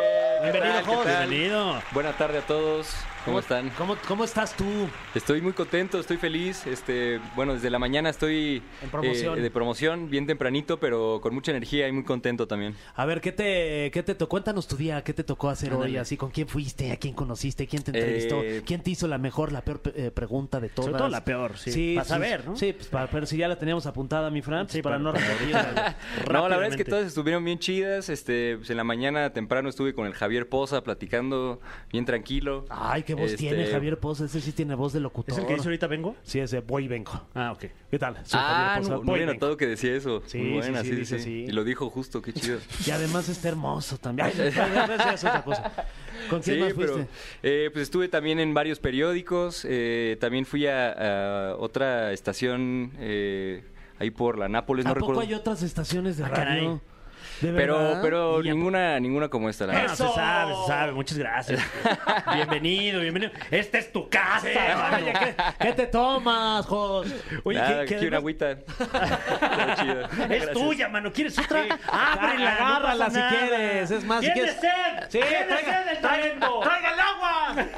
Speaker 6: ¿qué
Speaker 2: Bienvenido,
Speaker 6: tal? ¿Qué
Speaker 2: Jos.
Speaker 6: tal?
Speaker 1: Bienvenido.
Speaker 6: Buena tarde a todos. ¿Cómo están?
Speaker 2: ¿Cómo, cómo estás tú?
Speaker 6: Estoy muy contento, estoy feliz. Este, bueno, desde la mañana estoy
Speaker 2: En promoción.
Speaker 6: eh, de promoción, bien tempranito, pero con mucha energía y muy contento también.
Speaker 2: A ver, ¿qué te, qué te tocó? Cuéntanos tu día, ¿qué te tocó hacer hoy? Así, ¿con quién fuiste? ¿A quién conociste? ¿Quién te entrevistó?
Speaker 6: Eh,
Speaker 2: ¿Quién te hizo la mejor, la peor eh, pregunta de todas?
Speaker 1: Sobre todo la peor, sí. Para saber, ¿no?
Speaker 2: Sí, pues para ver si ya la teníamos apuntada, mi Fran, pues,
Speaker 1: Sí,
Speaker 2: para,
Speaker 1: para-
Speaker 2: no
Speaker 1: para
Speaker 2: repetirla.
Speaker 6: No, la verdad es que
Speaker 1: Rápidamente.
Speaker 6: todas estuvieron bien chidas. Este, pues en la mañana temprano estuve con el Javier Poza platicando bien tranquilo.
Speaker 2: Ay, qué voz
Speaker 6: Este,
Speaker 2: tiene Javier Poza. Ese sí tiene voz de locutor.
Speaker 1: ¿Es el que dice ahorita vengo?
Speaker 2: Sí, ese voy y vengo.
Speaker 1: Ah, ok.
Speaker 2: ¿Qué tal? Soy
Speaker 6: Ah,
Speaker 2: Javier Poza,
Speaker 6: no, no
Speaker 2: voy
Speaker 6: había
Speaker 2: y vengo.
Speaker 6: notado que decía eso.
Speaker 2: Sí,
Speaker 6: Muy
Speaker 2: sí,
Speaker 6: buena,
Speaker 2: sí,
Speaker 6: sí,
Speaker 2: dice
Speaker 6: sí.
Speaker 2: así.
Speaker 6: Y lo dijo justo, qué chido.
Speaker 2: Y además está hermoso también. Ay, gracias, otra cosa. ¿Con quién
Speaker 6: Sí,
Speaker 2: más fuiste?
Speaker 6: pero eh, pues estuve también en varios periódicos, eh, también fui a, a otra estación eh, ahí por la Nápoles,
Speaker 2: ¿A
Speaker 6: pues no
Speaker 2: poco
Speaker 6: recuerdo.
Speaker 2: hay otras estaciones de
Speaker 1: Ah,
Speaker 2: radio? ¿De
Speaker 6: pero
Speaker 2: verdad?
Speaker 6: pero
Speaker 1: Y a-
Speaker 6: ninguna ninguna como esta, la
Speaker 1: Ah,
Speaker 6: verdad.
Speaker 1: se sabe, se sabe. Muchas gracias. bienvenido, bienvenido. Esta es tu casa. hermano.
Speaker 2: Oye, ¿qué, qué te tomas, Jos?
Speaker 1: Oye,
Speaker 6: Nada,
Speaker 1: que- que
Speaker 6: aquí
Speaker 1: además-
Speaker 6: una agüita. Está chido.
Speaker 1: Es tuya, mano. ¿Quieres otra? Ábrela. no
Speaker 2: Ah, Agárrala
Speaker 1: pasa
Speaker 2: si
Speaker 1: nada.
Speaker 2: quieres, es más, si
Speaker 1: ¿Tienes
Speaker 2: quieres-
Speaker 1: sed?
Speaker 2: Sí,
Speaker 1: ¿Tienes
Speaker 2: traiga-
Speaker 1: sed del
Speaker 2: traiga-
Speaker 1: talento?
Speaker 2: ¡Traiga el agua!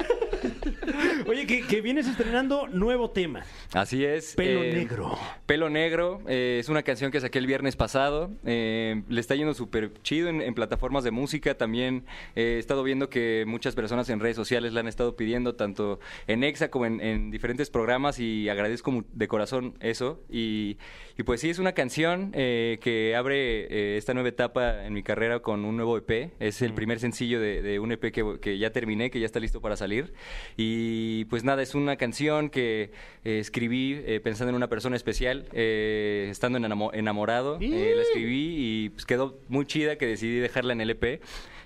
Speaker 1: Oye, que, que vienes estrenando nuevo tema.
Speaker 6: Así es. eh,
Speaker 1: Pelo Negro.
Speaker 6: Pelo Negro eh, es una canción que saqué el viernes pasado. eh, le está yendo súper chido en, en plataformas de música. También eh, he estado viendo que muchas personas en redes sociales la han estado pidiendo, tanto en EXA como en, en diferentes programas, y agradezco mu- de corazón eso. Y, y pues sí, es una canción eh, que abre eh, esta nueva etapa en mi carrera con un nuevo EP. Es
Speaker 1: Mm.
Speaker 6: el primer sencillo de, de un EP que, que ya terminé, que ya está listo para salir. Y pues nada, es una canción que eh, escribí eh, pensando en una persona especial, eh, estando en enamo- enamorado. eh, la escribí y pues quedó muy chida que decidí dejarla en el EP.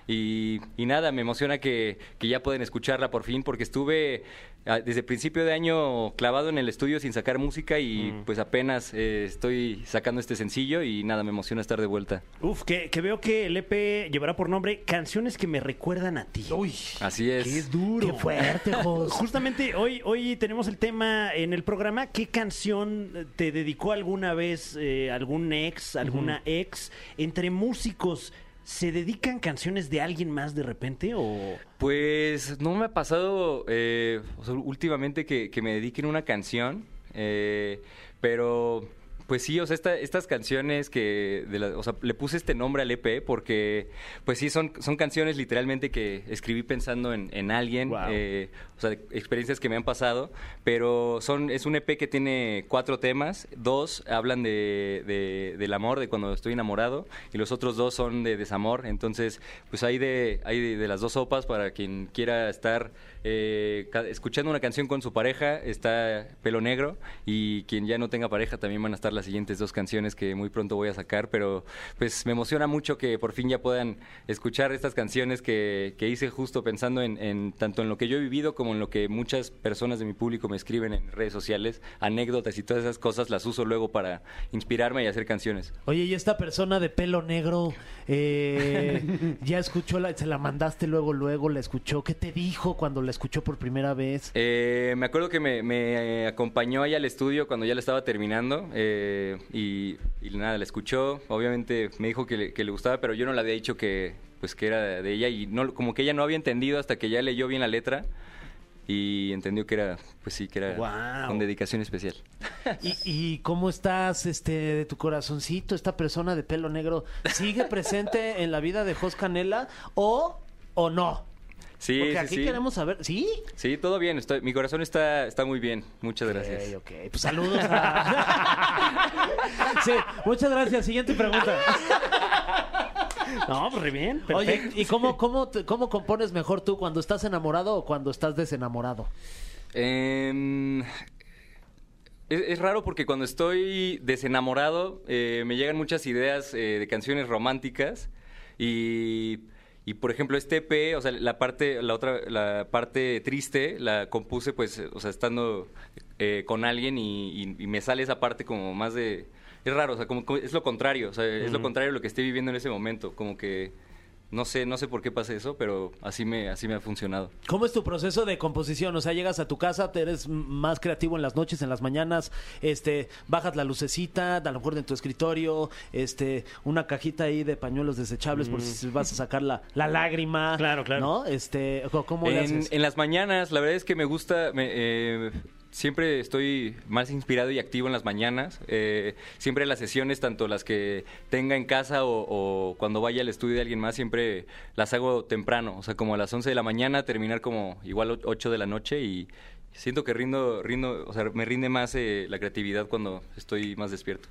Speaker 6: Y, y nada, me emociona que, que ya pueden escucharla por fin, porque estuve ah, desde principio de año clavado en el estudio sin sacar música y pues apenas eh, estoy sacando este sencillo y nada, me emociona estar de vuelta.
Speaker 1: Uf, que, que veo que el EP llevará por nombre Canciones que me recuerdan a ti.
Speaker 2: Uy,
Speaker 6: Así es.
Speaker 2: duro. Qué fuerte, Jos.
Speaker 1: Justamente hoy, hoy tenemos el tema en el programa. ¿Qué canción te dedicó alguna vez eh, algún ex, alguna ex? Entre músicos, ¿se dedican canciones de alguien más de repente? O.
Speaker 6: Pues no me ha pasado eh, o sea, últimamente que, que me dediquen una canción, eh, pero pues sí, o sea, esta- estas canciones que, de la- o sea, le puse este nombre al EP porque, pues sí, son, son canciones literalmente que escribí pensando en, en alguien,
Speaker 1: Wow.
Speaker 6: eh, o sea, de experiencias que me han pasado, pero son, es un EP que tiene cuatro temas, dos hablan de, de- del amor, de cuando estoy enamorado, y los otros dos son de desamor, entonces, pues hay de, hay de, de las dos sopas para quien quiera estar eh, ca- escuchando una canción con su pareja, está Pelo Negro, y quien ya no tenga pareja también van a estar las siguientes dos canciones que muy pronto voy a sacar, pero pues me emociona mucho que por fin ya puedan escuchar estas canciones que, que hice justo pensando en, en tanto en lo que yo he vivido como en lo que muchas personas de mi público me escriben en redes sociales, anécdotas y todas esas cosas las uso luego para inspirarme y hacer canciones.
Speaker 2: Oye, y esta persona de pelo negro, eh, ya escuchó, la, se la mandaste luego, luego, la escuchó. ¿Qué te dijo cuando la escuchó por primera vez?
Speaker 6: Eh, me acuerdo que me, me eh, acompañó ahí al estudio cuando ya la estaba terminando eh, y, y nada, la escuchó. Obviamente me dijo que le, que le gustaba, pero yo no le había dicho que pues que era de ella y no como que ella no había entendido hasta que ya leyó bien la letra y entendió que era pues sí que era
Speaker 1: Guau.
Speaker 6: con dedicación especial.
Speaker 2: ¿Y, y cómo estás este, de tu corazoncito? ¿Esta persona de pelo negro sigue presente en la vida de Jos Canela o, o no?
Speaker 6: Sí,
Speaker 2: Porque
Speaker 6: sí,
Speaker 2: aquí
Speaker 6: sí.
Speaker 2: queremos saber. ¿Sí?
Speaker 6: Sí, todo bien, estoy, mi corazón está está muy bien. Muchas gracias.
Speaker 2: Ok, ok. Pues saludos. a- sí, muchas gracias. Siguiente pregunta.
Speaker 1: No, pues re bien. Perfecto.
Speaker 2: Oye, ¿y cómo, cómo, te- cómo compones mejor tú cuando estás enamorado o cuando estás desenamorado?
Speaker 6: Em, es, es raro porque cuando estoy desenamorado eh, me llegan muchas ideas eh, de canciones románticas y, y, por ejemplo este EP, o sea, la parte la otra la parte triste la compuse pues, eh, o sea, estando eh, con alguien y, y- y me sale esa parte como más de es raro, o sea, como, como- es lo contrario, o sea, es lo contrario a lo que estoy viviendo en ese momento, como que no sé, no sé por qué pasa eso, pero así me así me ha funcionado.
Speaker 2: ¿Cómo es tu proceso de composición? O sea, llegas a tu casa, te eres m- más creativo en las noches, en las mañanas, este, bajas la lucecita, a lo mejor en tu escritorio, este, una cajita ahí de pañuelos desechables por si vas a sacar la, la lágrima.
Speaker 1: Mm. Claro, claro.
Speaker 2: ¿No? Este, ¿cómo- ¿cómo le
Speaker 6: En,
Speaker 2: haces?
Speaker 6: en las mañanas, la verdad es que me gusta, me, eh, siempre estoy más inspirado y activo en las mañanas. Eh, siempre las sesiones, tanto las que tenga en casa o, o cuando vaya al estudio de alguien más, siempre las hago temprano, o sea, como a las 11 de la mañana, terminar como igual o- 8 de la noche y siento que rindo, rindo o sea, me rinde más eh, la creatividad cuando estoy más despierto.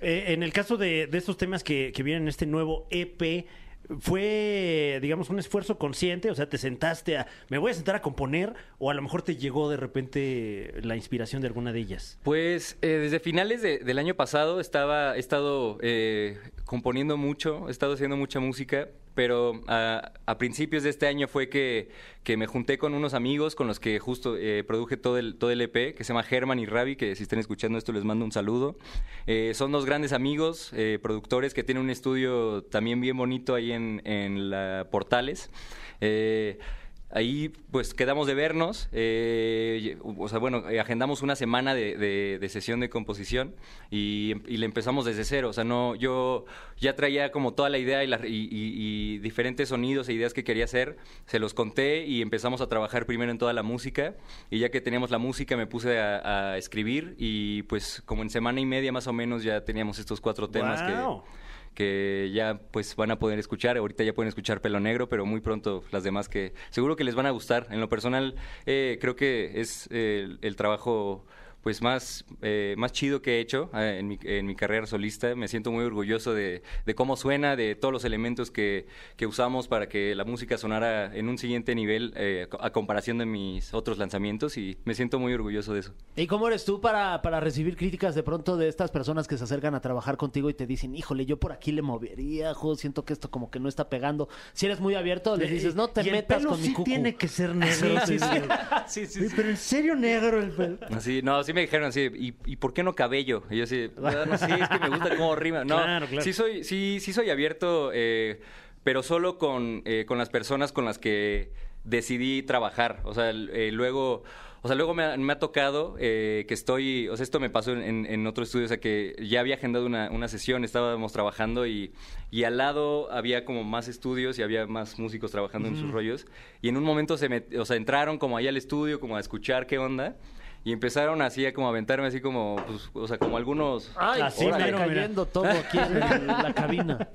Speaker 1: Eh, en el caso de, de estos temas que, que vienen en este nuevo EP, ¿fue, digamos, un esfuerzo consciente? O sea, ¿te sentaste a, me voy a sentar a componer? ¿O a lo mejor te llegó de repente la inspiración de alguna de ellas?
Speaker 6: Pues eh, desde finales de- del año pasado estaba, he estado eh, componiendo mucho, he estado haciendo mucha música, pero a, a principios de este año fue que, que me junté con unos amigos con los que justo eh, produje todo el, todo el EP, que se llama Germán y Ravi, que si están escuchando esto les mando un saludo. Eh, son dos grandes amigos, eh, productores, que tienen un estudio también bien bonito ahí en, en la Portales. Eh, Ahí pues quedamos de vernos, eh, y- o sea, bueno, eh, agendamos una semana de, de- de sesión de composición y, y le empezamos desde cero, o sea, no, yo ya traía como toda la idea y, la- y- y- y diferentes sonidos e ideas que quería hacer, se los conté y empezamos a trabajar primero en toda la música y ya que teníamos la música me puse a, a escribir y pues como en semana y media más o menos ya teníamos estos cuatro temas
Speaker 1: Guau.
Speaker 6: que que ya pues van a poder escuchar. Ahorita ya pueden escuchar Pelo Negro, pero muy pronto las demás que seguro que les van a gustar. En lo personal eh, creo que es eh, el, el trabajo pues más, eh, más chido que he hecho eh, en, mi, en mi carrera solista. Me siento muy orgulloso de, de cómo suena, de todos los elementos que, que usamos para que la música sonara en un siguiente nivel eh, a comparación de mis otros lanzamientos y me siento muy orgulloso de eso.
Speaker 2: ¿Y cómo eres tú para, para recibir críticas de pronto de estas personas que se acercan a trabajar contigo y te dicen, híjole, yo por aquí le movería, jo, siento que esto como que no está pegando? Si eres muy abierto, les dices, no te
Speaker 1: Eh, Y el
Speaker 2: metas
Speaker 1: pelo
Speaker 2: con mi
Speaker 1: sí
Speaker 2: cucu.
Speaker 1: tiene que ser negro.
Speaker 2: Sí, sí, sí.
Speaker 1: sí, sí, sí. Pero en serio negro el pelo.
Speaker 6: Así, no, sí me dijeron así, ¿y, y por qué no cabello? Y yo así, "Ah, no sé, es que me gusta cómo rima. No,
Speaker 1: Claro, claro.
Speaker 6: sí soy, sí, sí soy abierto, eh, pero solo con, eh, con las personas con las que decidí trabajar. O sea, el- eh, luego, o sea, luego me ha, me ha tocado eh, que estoy, o sea, esto me pasó en- en, en otro estudio, o sea, que ya había agendado una, una sesión, estábamos trabajando y, y al lado había como más estudios y había más músicos trabajando en sus rollos. Y en un momento se me, o sea, entraron como ahí al estudio, como a escuchar qué onda. Y empezaron así a como aventarme así como, pues, o sea, como algunos...
Speaker 2: Ay,
Speaker 1: Así
Speaker 2: sí, está
Speaker 1: mero, mira.
Speaker 2: cayendo todo aquí en el- la cabina.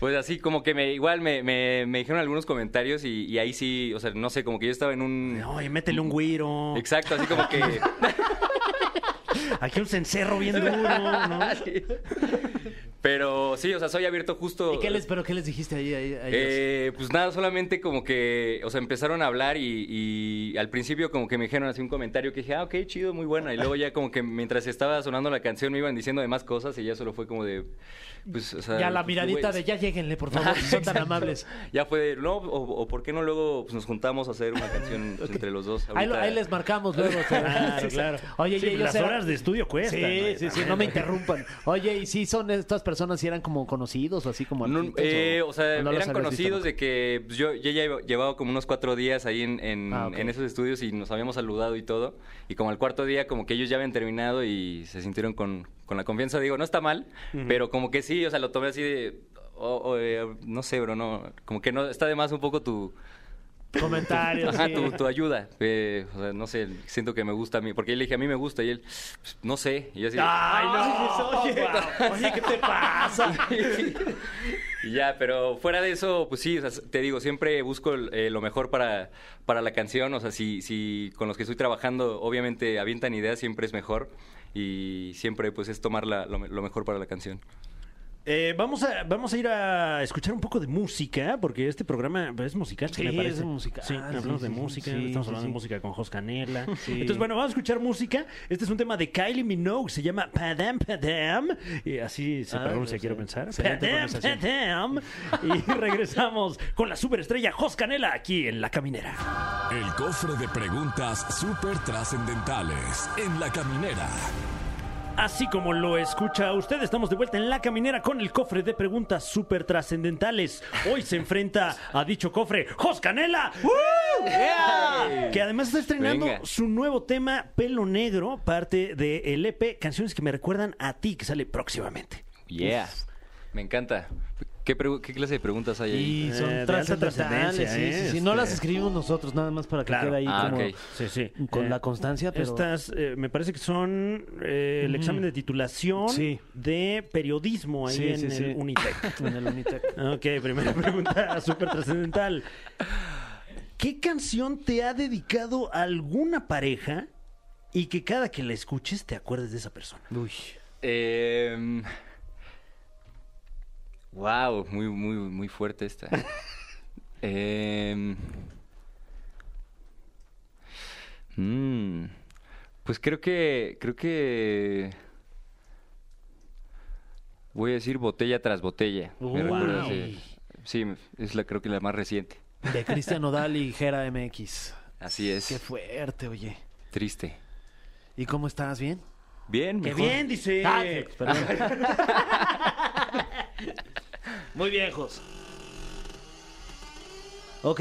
Speaker 6: Pues así, como que me, igual me, me, me dijeron algunos comentarios y, y ahí sí, o sea, no sé, como que yo estaba en un...
Speaker 1: No, y métele un güiro.
Speaker 6: Exacto, así como que...
Speaker 1: Aquí un cencerro bien duro, ¿no?
Speaker 6: Sí. Pero sí, o sea, soy abierto justo...
Speaker 2: ¿Y qué les, pero qué les dijiste ahí? ahí- a ellos?
Speaker 6: Eh, pues nada, solamente como que, o sea, empezaron a hablar y, y al principio como que me dijeron así un comentario que dije, ah, ok, chido, muy buena. Y luego ya como que mientras estaba sonando la canción me iban diciendo demás cosas y ya solo fue como de, pues, o sea...
Speaker 2: ya la
Speaker 6: pues,
Speaker 2: miradita
Speaker 6: güey,
Speaker 2: de ya lleguenle, por favor, si son tan amables.
Speaker 6: Ya fue de, no, o, o por qué no luego pues, nos juntamos a hacer una canción entre los dos.
Speaker 2: Ahí, lo-
Speaker 6: Ahorita-
Speaker 2: ahí les marcamos luego.
Speaker 1: Claro, claro.
Speaker 2: Oye,
Speaker 1: Sí,
Speaker 2: y ellos
Speaker 1: las
Speaker 2: eran-
Speaker 1: horas de estudio cuestan.
Speaker 2: Sí,
Speaker 1: ¿no?
Speaker 2: sí, sí, no me interrumpan. Oye, ¿y si son estas personas si eran como conocidos o así como
Speaker 6: No,
Speaker 2: artistas,
Speaker 6: eh, o sea,
Speaker 2: no los
Speaker 6: eran
Speaker 2: habías
Speaker 6: conocidos
Speaker 2: visto
Speaker 6: de que pues, yo, yo ya llevo- llevaba como unos cuatro días ahí en, en-
Speaker 2: Ah, ok.
Speaker 6: en esos estudios y nos habíamos saludado y todo. Y como al cuarto día, como que ellos ya habían terminado y se sintieron con, con la confianza. Digo, no está mal, pero como que sí, o sea, lo tomé así de. o- o, eh, no sé, bro, no. Como que no está de más un poco tu,
Speaker 2: nunca? Comentarios.
Speaker 6: ajá,
Speaker 2: sí.
Speaker 6: tu, tu ayuda. Eh, o sea, no sé, siento que me gusta a mí. Porque yo le dije, a mí me gusta. Y él, pues, no sé. Y yo así.
Speaker 1: Ay,
Speaker 2: no,
Speaker 1: no, oye, oye, ¿qué te pasa?
Speaker 6: Y ya, pero fuera de eso, pues sí, o sea, te digo, siempre busco el- eh, lo mejor para, para la canción. O sea, si, si con los que estoy trabajando, obviamente avientan ideas, siempre es mejor. Y siempre, pues, es tomar la- lo, me- lo mejor para la canción.
Speaker 1: Eh, vamos, a, vamos a ir a escuchar un poco de música, porque este programa es musical,
Speaker 2: Sí,
Speaker 1: me parece.
Speaker 2: es musical,
Speaker 1: Sí, hablamos
Speaker 2: sí,
Speaker 1: de
Speaker 2: sí,
Speaker 1: música,
Speaker 2: sí,
Speaker 1: estamos
Speaker 2: sí,
Speaker 1: hablando de
Speaker 2: sí.
Speaker 1: música con Jos Canela.
Speaker 2: Sí.
Speaker 1: Entonces, bueno, vamos a escuchar música. Este es un tema de Kylie Minogue, se llama Padam Padam. Y así se
Speaker 2: Ah,
Speaker 1: pronuncia,
Speaker 2: sí.
Speaker 1: quiero pensar.
Speaker 2: Excelente
Speaker 1: Padam
Speaker 2: pronunciación.
Speaker 1: Padam. Y regresamos con la superestrella Jos Canela aquí en La Caminera.
Speaker 7: El cofre de preguntas súper trascendentales en la caminera.
Speaker 1: Así como lo escucha usted, estamos de vuelta en la caminera con el cofre de preguntas súper trascendentales. Hoy se enfrenta a dicho cofre Jos Canela,
Speaker 2: ¡Yeah!
Speaker 1: que además está estrenando
Speaker 6: Venga.
Speaker 1: su nuevo tema Pelo Negro, parte del EP Canciones que me recuerdan a ti, que sale próximamente.
Speaker 6: Yeah. Me encanta. ¿Qué, pregu- qué clase de preguntas hay ahí?
Speaker 2: Y son
Speaker 1: Eh, de alta
Speaker 2: trascendentales,
Speaker 1: trascendencia,
Speaker 2: sí,
Speaker 1: ¿eh?
Speaker 2: sí, sí. No
Speaker 1: Este-
Speaker 2: las escribimos nosotros, nada más para que
Speaker 1: Claro.
Speaker 2: quede ahí
Speaker 6: Ah,
Speaker 2: como
Speaker 6: ok.
Speaker 1: Sí, sí.
Speaker 2: con
Speaker 1: Eh,
Speaker 2: la constancia, pero...
Speaker 1: Estas eh, me parece que son eh, el examen de titulación
Speaker 2: Sí.
Speaker 1: de periodismo ahí
Speaker 2: Sí,
Speaker 1: en
Speaker 2: sí, sí.
Speaker 1: el Unitec.
Speaker 2: En el Unitec.
Speaker 1: Ok, primera pregunta súper trascendental. ¿Qué canción te ha dedicado alguna pareja y que cada que la escuches te acuerdes de esa persona?
Speaker 2: Uy.
Speaker 6: Em, wow, muy, muy, muy fuerte esta. Em, mm, pues creo que. Creo que. Voy a decir botella tras botella. Me
Speaker 2: Uy.
Speaker 6: recuerda a ese- sí, es la creo que la más reciente.
Speaker 2: De Cristian Odal y Gera MX.
Speaker 6: Así
Speaker 2: Qué
Speaker 6: es.
Speaker 2: fuerte, oye.
Speaker 6: Triste.
Speaker 2: ¿Y cómo estás? ¿Bien?
Speaker 6: Bien,
Speaker 1: ¡Qué
Speaker 6: mejor.
Speaker 1: bien, dice!
Speaker 2: Ah, perdón. Muy viejos. Ok.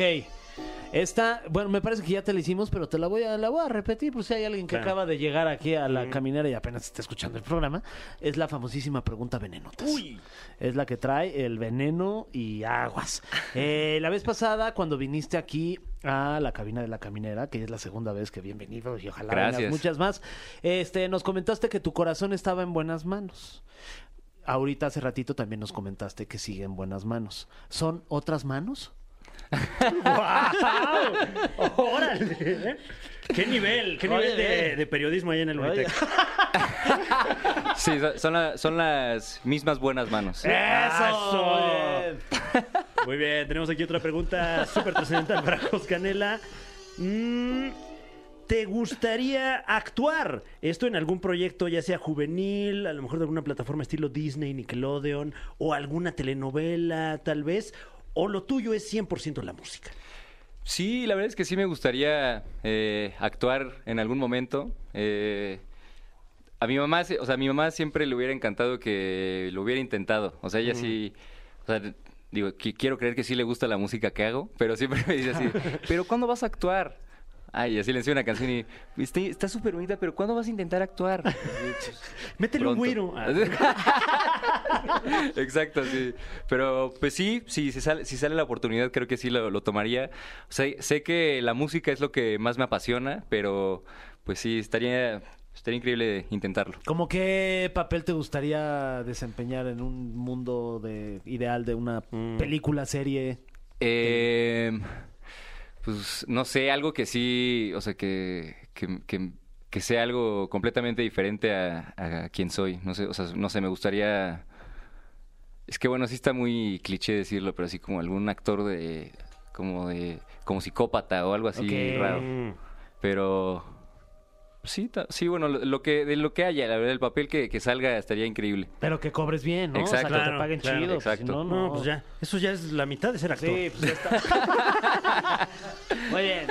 Speaker 2: Esta, bueno, me parece que ya te la hicimos, pero te la voy a, la voy a repetir por si hay alguien que
Speaker 1: Claro.
Speaker 2: acaba de llegar aquí a la caminera y apenas está escuchando el programa. Es la famosísima pregunta venenotas.
Speaker 1: Uy.
Speaker 2: Es la que trae el veneno y aguas. Eh, la vez pasada, cuando viniste aquí a la cabina de la caminera, que es la segunda vez que bienvenido y ojalá vengas
Speaker 6: Gracias.
Speaker 2: muchas más, este, nos comentaste que tu corazón estaba en buenas manos. Ahorita hace ratito también nos comentaste que sigue en buenas manos. ¿Son otras manos?
Speaker 1: ¡Órale! ¿eh? ¡Qué nivel! ¡Qué nivel
Speaker 2: Oye,
Speaker 1: de,
Speaker 2: bien.
Speaker 1: de periodismo ahí en el Unitec!
Speaker 6: Sí, son- son, la- son las mismas buenas manos.
Speaker 1: Eh, ¡Eso! Muy bien, tenemos aquí otra pregunta súper trascendental para Jos Canela. Mm, ¿Te gustaría actuar? Esto en algún proyecto, ya sea juvenil, a lo mejor de alguna plataforma estilo Disney, Nickelodeon, o alguna telenovela, tal vez. ¿O lo tuyo es 100% la música?
Speaker 6: Sí, la verdad es que sí me gustaría eh, actuar en algún momento. Eh, a mi mamá, se- o sea, a mi mamá siempre le hubiera encantado que lo hubiera intentado. O sea, ella sí, o sea, digo, qui- quiero creer que sí le gusta la música que hago, pero siempre me dice así, pero ¿cuándo vas a actuar? Ay, y así le enseño una canción y "Está- está súper bonita, pero ¿cuándo vas a intentar actuar?
Speaker 1: Métele un güiro.
Speaker 6: Pronto.
Speaker 1: Ah,
Speaker 6: Exacto, sí. Pero pues sí, sí, si sale, si sale la oportunidad, creo que sí lo, lo tomaría. O sea, sé que la música es lo que más me apasiona, pero pues sí, estaría, estaría increíble intentarlo.
Speaker 2: ¿Cómo qué papel te gustaría desempeñar en un mundo de, ideal de una película, serie?
Speaker 6: Eh, pues no sé, algo que sí, o sea, que, que, que- que sea algo completamente diferente a, a quien soy. No sé, o sea, no sé, me gustaría... Es que bueno, sí está muy cliché decirlo, pero así como algún actor de... como de... como psicópata o algo así
Speaker 2: Ok.
Speaker 6: raro.
Speaker 1: mm.
Speaker 6: Pero... Sí, ta- sí, bueno, lo, lo que de lo que haya, la verdad, el papel que, que salga estaría increíble.
Speaker 2: Pero que cobres bien, ¿no? o sea,
Speaker 6: Exacto.
Speaker 2: que te
Speaker 1: Claro,
Speaker 2: paguen
Speaker 1: claro,
Speaker 2: chido. pues,
Speaker 6: exacto.
Speaker 2: si no, no.
Speaker 1: No, pues ya. Eso ya es la mitad de ser actor.
Speaker 2: Sí, pues ya está. Muy bien.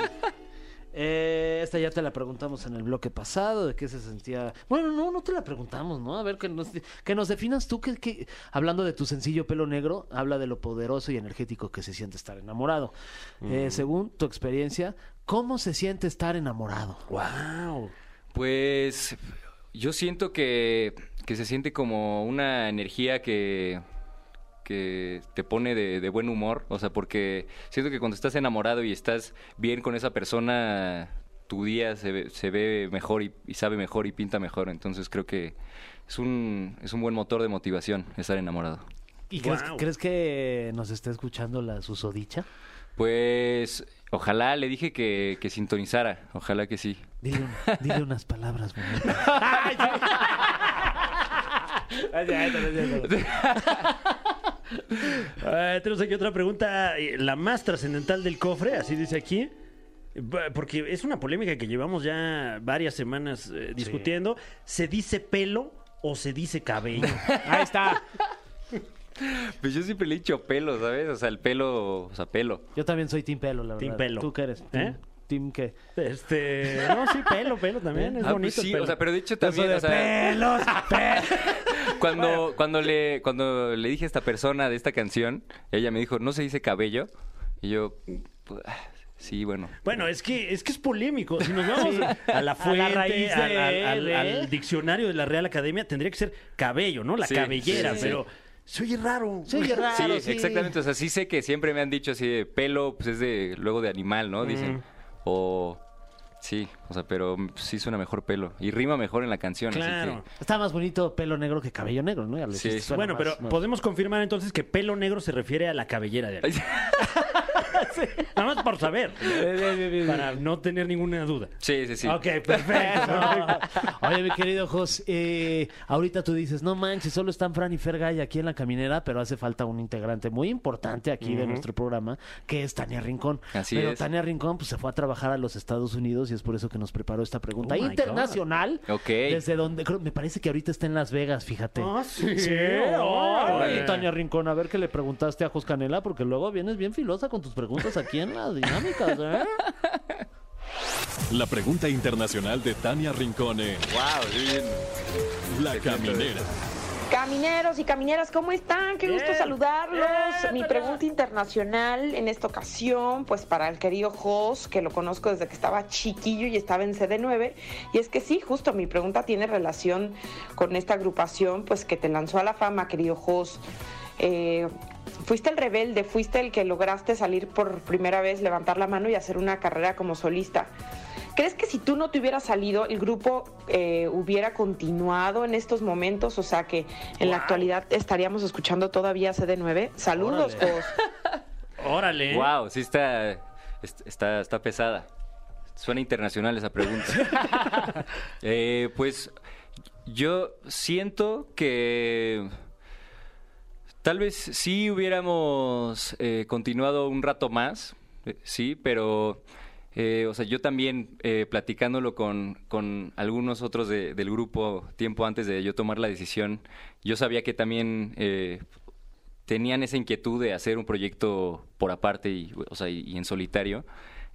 Speaker 2: Eh, esta ya te la preguntamos en el bloque pasado, de qué se sentía. Bueno, no, no te la preguntamos, ¿no? A ver, que nos, que nos definas tú, que, que- hablando de tu sencillo pelo negro, habla de lo poderoso y energético que se siente estar enamorado.
Speaker 6: Mm.
Speaker 2: Eh, según tu experiencia, ¿cómo se siente estar enamorado?
Speaker 1: ¡Wow!
Speaker 6: Pues yo siento que, que se siente como una energía que, que te pone de, de buen humor. O sea, porque siento que cuando estás enamorado y estás bien con esa persona, tu día se ve, se ve mejor y, y sabe mejor y pinta mejor. Entonces creo que es un, es un buen motor de motivación estar enamorado.
Speaker 2: ¿Y crees,
Speaker 1: Guau.
Speaker 2: crees que nos está escuchando la susodicha?
Speaker 6: Pues ojalá le dije que, que sintonizara. Ojalá que sí.
Speaker 2: Dile, un- dile unas palabras, bonitas. Ay, ya, ya, ya, ya.
Speaker 1: Ah, tenemos aquí otra pregunta, eh, la más trascendental del cofre, así dice aquí. Ba- Porque es una polémica que llevamos ya varias semanas eh, discutiendo. ¿Se dice pelo o se dice cabello?
Speaker 2: Ahí está.
Speaker 6: Pues yo siempre le he dicho pelo, ¿sabes? O sea, el pelo, o sea, pelo.
Speaker 2: Yo también soy Team Pelo, la verdad.
Speaker 1: Team pelo.
Speaker 2: ¿Tú qué eres?
Speaker 1: ¿Eh?
Speaker 2: Team, team qué?
Speaker 1: Este, ¿Eh? no, sí, pelo, pelo también. Es
Speaker 6: Ah, pues
Speaker 1: bonito. el
Speaker 6: sí,
Speaker 1: pelo.
Speaker 6: o sea, pero de hecho
Speaker 2: Yo soy
Speaker 6: también,
Speaker 2: de
Speaker 6: o sea,
Speaker 2: pelos, pelos.
Speaker 6: cuando, cuando, le, cuando le dije a esta persona de esta canción, ella me dijo, ¿no se dice cabello? Y yo, pues, ah, sí, bueno.
Speaker 1: Bueno, es que es que es polémico. Si nos vamos a la fuente,
Speaker 2: A la raíz
Speaker 1: al, al- al-
Speaker 2: de-
Speaker 1: al diccionario de la Real Academia, tendría que ser cabello, ¿no? La
Speaker 6: Sí,
Speaker 1: cabellera,
Speaker 6: sí, sí.
Speaker 1: pero se oye raro.
Speaker 2: Sí, oye, raro,
Speaker 6: sí, exactamente. O sea, sí sé que siempre me han dicho así de pelo, pues es de luego de animal, ¿no? Dicen. O sí, o sea, pero sí suena mejor pelo y rima mejor en la canción. así que-
Speaker 1: Claro.
Speaker 2: Está más bonito pelo negro que cabello negro, ¿no? Ya lo
Speaker 6: Sí.
Speaker 2: hiciste, suena
Speaker 1: Bueno,
Speaker 2: más-
Speaker 1: pero
Speaker 2: más-
Speaker 1: podemos confirmar entonces que pelo negro se refiere a la cabellera de alguien. Nada más por saber. Para no tener ninguna duda.
Speaker 6: Sí, sí, sí.
Speaker 1: Ok, perfecto.
Speaker 2: No. Oye, mi querido Jos, eh, ahorita tú dices, no manches, solo están Fran y Fergay aquí en la caminera, pero hace falta un integrante muy importante aquí de nuestro programa, que es Tania Rincón.
Speaker 6: Así
Speaker 2: pero
Speaker 6: es.
Speaker 2: Tania Rincón pues, se fue a trabajar a los Estados Unidos y es por eso que nos preparó esta pregunta
Speaker 1: Oh, my
Speaker 2: internacional.
Speaker 6: Ok.
Speaker 2: Desde donde, creo- me parece que ahorita está en Las Vegas, fíjate.
Speaker 1: Ah, sí.
Speaker 2: ay,
Speaker 1: Órale.
Speaker 2: Tania Rincón, a ver qué le preguntaste a Jos Canela, porque luego vienes bien filosa con tus preguntas aquí en las dinámicas, ¿eh?
Speaker 7: La pregunta internacional de Tania Rincone.
Speaker 6: Wow, sí, bien.
Speaker 7: La caminera.
Speaker 8: Camineros y camineras, ¿cómo están? Qué gusto
Speaker 1: Bien.
Speaker 8: saludarlos.
Speaker 1: Bien,
Speaker 8: Mi
Speaker 1: Tania.
Speaker 8: pregunta internacional en esta ocasión, pues para el querido Jos, que lo conozco desde que estaba chiquillo y estaba en CD9, y es que sí, justo mi pregunta tiene relación con esta agrupación, pues que te lanzó a la fama, querido Jos. Eh, fuiste el rebelde, fuiste el que lograste salir por primera vez, levantar la mano y hacer una carrera como solista. ¿Crees que si tú no te hubieras salido, el grupo eh, hubiera continuado en estos momentos? O sea, que en la actualidad estaríamos escuchando todavía CD9. Saludos,
Speaker 2: Órale.
Speaker 8: Jos.
Speaker 2: ¿eh?
Speaker 1: Órale.
Speaker 6: Wow, sí está, est- está, está pesada. Suena internacional esa pregunta. Eh, pues yo siento que tal vez sí hubiéramos eh, continuado un rato más, eh, sí, pero... eh, o sea, yo también eh, platicándolo con, con algunos otros de- del grupo tiempo antes de yo tomar la decisión, yo sabía que también eh, tenían esa inquietud de hacer un proyecto por aparte y, o sea, y, y en solitario.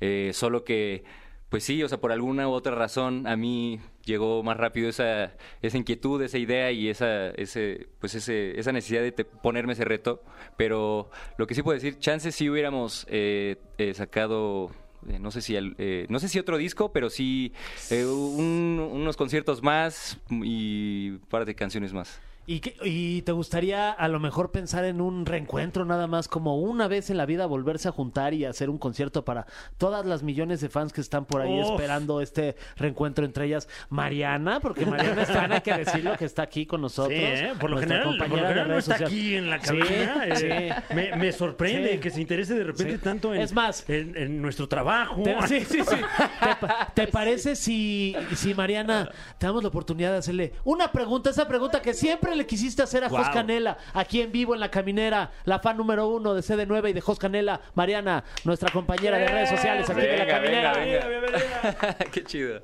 Speaker 6: Eh, solo que, pues sí, o sea, por alguna u otra razón a mí llegó más rápido esa, esa inquietud, esa idea y esa, ese, pues ese, esa necesidad de te- ponerme ese reto. Pero lo que sí puedo decir, chances si hubiéramos eh, eh, sacado... eh, no sé si al- eh, no sé si otro disco, pero sí eh, un- unos conciertos más y un par de canciones más.
Speaker 2: ¿Y, qué- y te gustaría a lo mejor pensar en un reencuentro nada más, como una vez en la vida volverse a juntar y hacer un concierto para todas las millones de fans que están por ahí
Speaker 1: Uf.
Speaker 2: esperando este reencuentro, entre ellas Mariana, porque Mariana es fan, hay que decirlo, que está aquí con nosotros.
Speaker 1: Sí, ¿eh? por, lo
Speaker 2: nuestra
Speaker 1: general, por lo
Speaker 2: compañera de
Speaker 1: general no
Speaker 2: redes
Speaker 1: está
Speaker 2: sociales.
Speaker 1: aquí en la
Speaker 2: Sí,
Speaker 1: cabina. eh,
Speaker 2: sí.
Speaker 1: me, me sorprende
Speaker 2: Sí.
Speaker 1: que se interese de repente
Speaker 2: Sí.
Speaker 1: tanto en,
Speaker 2: Es más-
Speaker 1: en, en nuestro trabajo.
Speaker 2: Te- sí, sí, sí. ¿Te, pa- te parece si, si, Mariana, te damos la oportunidad de hacerle una pregunta, esa pregunta que siempre le quisiste hacer a Jos
Speaker 1: Wow.
Speaker 2: Canela, aquí en vivo en la caminera, la fan número uno de CD9 y de Jos Canela, Mariana, nuestra compañera de redes sociales aquí en la
Speaker 6: Venga,
Speaker 2: caminera.
Speaker 6: venga, Qué chido.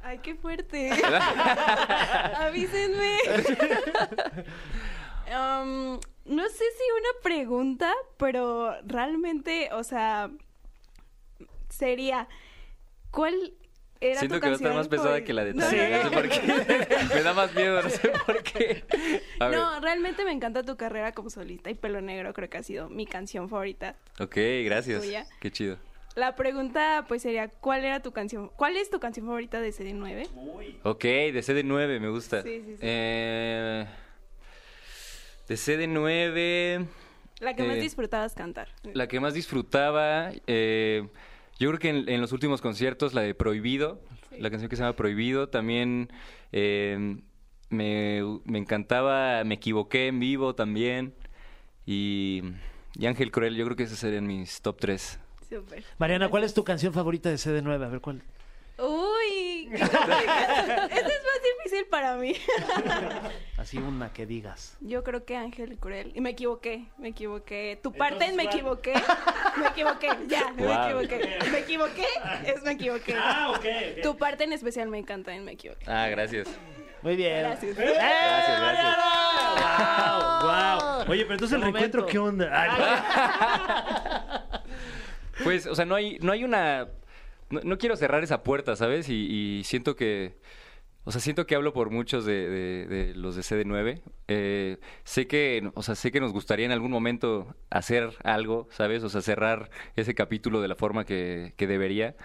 Speaker 9: Ay, qué fuerte. Avísenme. Um, no sé si una pregunta, pero realmente, o sea, sería ¿cuál era
Speaker 6: Siento
Speaker 9: tu
Speaker 6: que va a estar
Speaker 9: canción
Speaker 6: más pesada
Speaker 9: favori-
Speaker 6: que la de
Speaker 9: No,
Speaker 6: Tania.
Speaker 9: no,
Speaker 6: No, sé
Speaker 9: no.
Speaker 6: por qué. Me da más miedo, no sé por qué. A ver.
Speaker 9: No, realmente me encanta tu carrera como solista y Pelo Negro creo que ha sido mi canción favorita.
Speaker 6: Ok, gracias.
Speaker 9: Tuya.
Speaker 6: Qué chido.
Speaker 9: La pregunta pues sería ¿cuál era tu canción? ¿Cuál es tu canción favorita de CD9?
Speaker 6: Ok, de CD9 me gusta.
Speaker 9: Sí, sí, sí.
Speaker 6: Eh, de CD9,
Speaker 9: La que más
Speaker 6: Eh,
Speaker 9: disfrutabas cantar.
Speaker 6: la que más disfrutaba, eh, yo creo que en, en los últimos conciertos, la de Prohibido, la canción que se llama Prohibido, también eh, me, me encantaba, me equivoqué en vivo también. Y, y Ángel Cruel, yo creo que esos serían mis top 3.
Speaker 9: Súper.
Speaker 2: Mariana, ¿cuál es tu canción favorita de CD9? A ver cuál.
Speaker 9: Uy, qué complicado. Ese es más difícil para mí.
Speaker 2: Así una que digas.
Speaker 9: Yo creo que Ángel Cruel. Y me equivoqué, me equivoqué. Tu parte en me equivoqué. Me equivoqué, ya,
Speaker 6: Wow.
Speaker 9: me equivoqué. Me equivoqué, es me equivoqué.
Speaker 1: Ah, ok. ok.
Speaker 9: Tu parte en especial me encanta en me equivoqué.
Speaker 6: Ah, gracias.
Speaker 2: Muy bien.
Speaker 9: Gracias.
Speaker 2: ¡Eh,
Speaker 6: Gracias, gracias.
Speaker 2: Mariana!
Speaker 1: Wow, wow. Oye, pero entonces el
Speaker 2: De momento.
Speaker 1: reencuentro, ¿qué onda? Ay,
Speaker 6: Pues, o sea, no hay, no hay una. No, no quiero cerrar esa puerta, ¿sabes? Y, y siento que. O sea, siento que hablo por muchos de, de- de los de CD9. Eh, sé que, o sea, sé que nos gustaría en algún momento hacer algo, ¿sabes? O sea, cerrar ese capítulo de la forma que, que debería.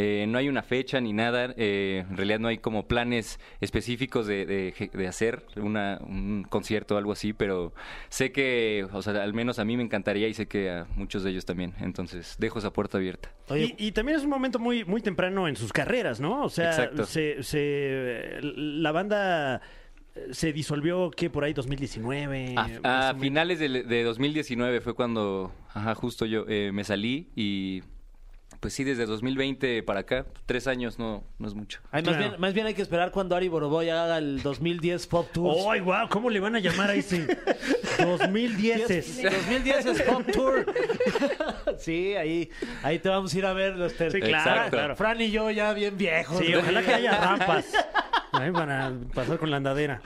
Speaker 6: Eh, no hay una fecha ni nada. eh, en realidad no hay como planes específicos de, de- de hacer una- un concierto o algo así, pero sé que, o sea, al menos a mí me encantaría y sé que a muchos de ellos también. Entonces, dejo esa puerta abierta.
Speaker 2: Oye,
Speaker 1: Y, y también es un momento muy, muy temprano en sus carreras, ¿no? O sea,
Speaker 6: Exacto.
Speaker 1: se, se- la banda eh, se disolvió, ¿qué? Por ahí, 2019.
Speaker 6: A-
Speaker 1: Eh, más
Speaker 6: A,
Speaker 1: o menos.
Speaker 6: finales del- de, 2019 fue cuando, ajá, justo yo eh, me salí y pues sí, desde 2020 para acá, tres años no, no es mucho.
Speaker 2: ay, más,
Speaker 1: claro.
Speaker 2: bien, más bien hay que esperar cuando Ari Boroboy haga el 2010 Pop Tour.
Speaker 1: ¡Ay, wow! ¿Cómo le van a llamar a ese? 2010 es.
Speaker 2: 2010 es Pop Tour. sí, ahí, ahí te vamos a ir a ver los ter-
Speaker 1: Sí, claro,
Speaker 2: Fran-
Speaker 6: claro.
Speaker 2: Fran y yo ya bien viejos.
Speaker 1: Sí,
Speaker 2: güey.
Speaker 1: ojalá que haya rampas. Ay, para pasar con la andadera.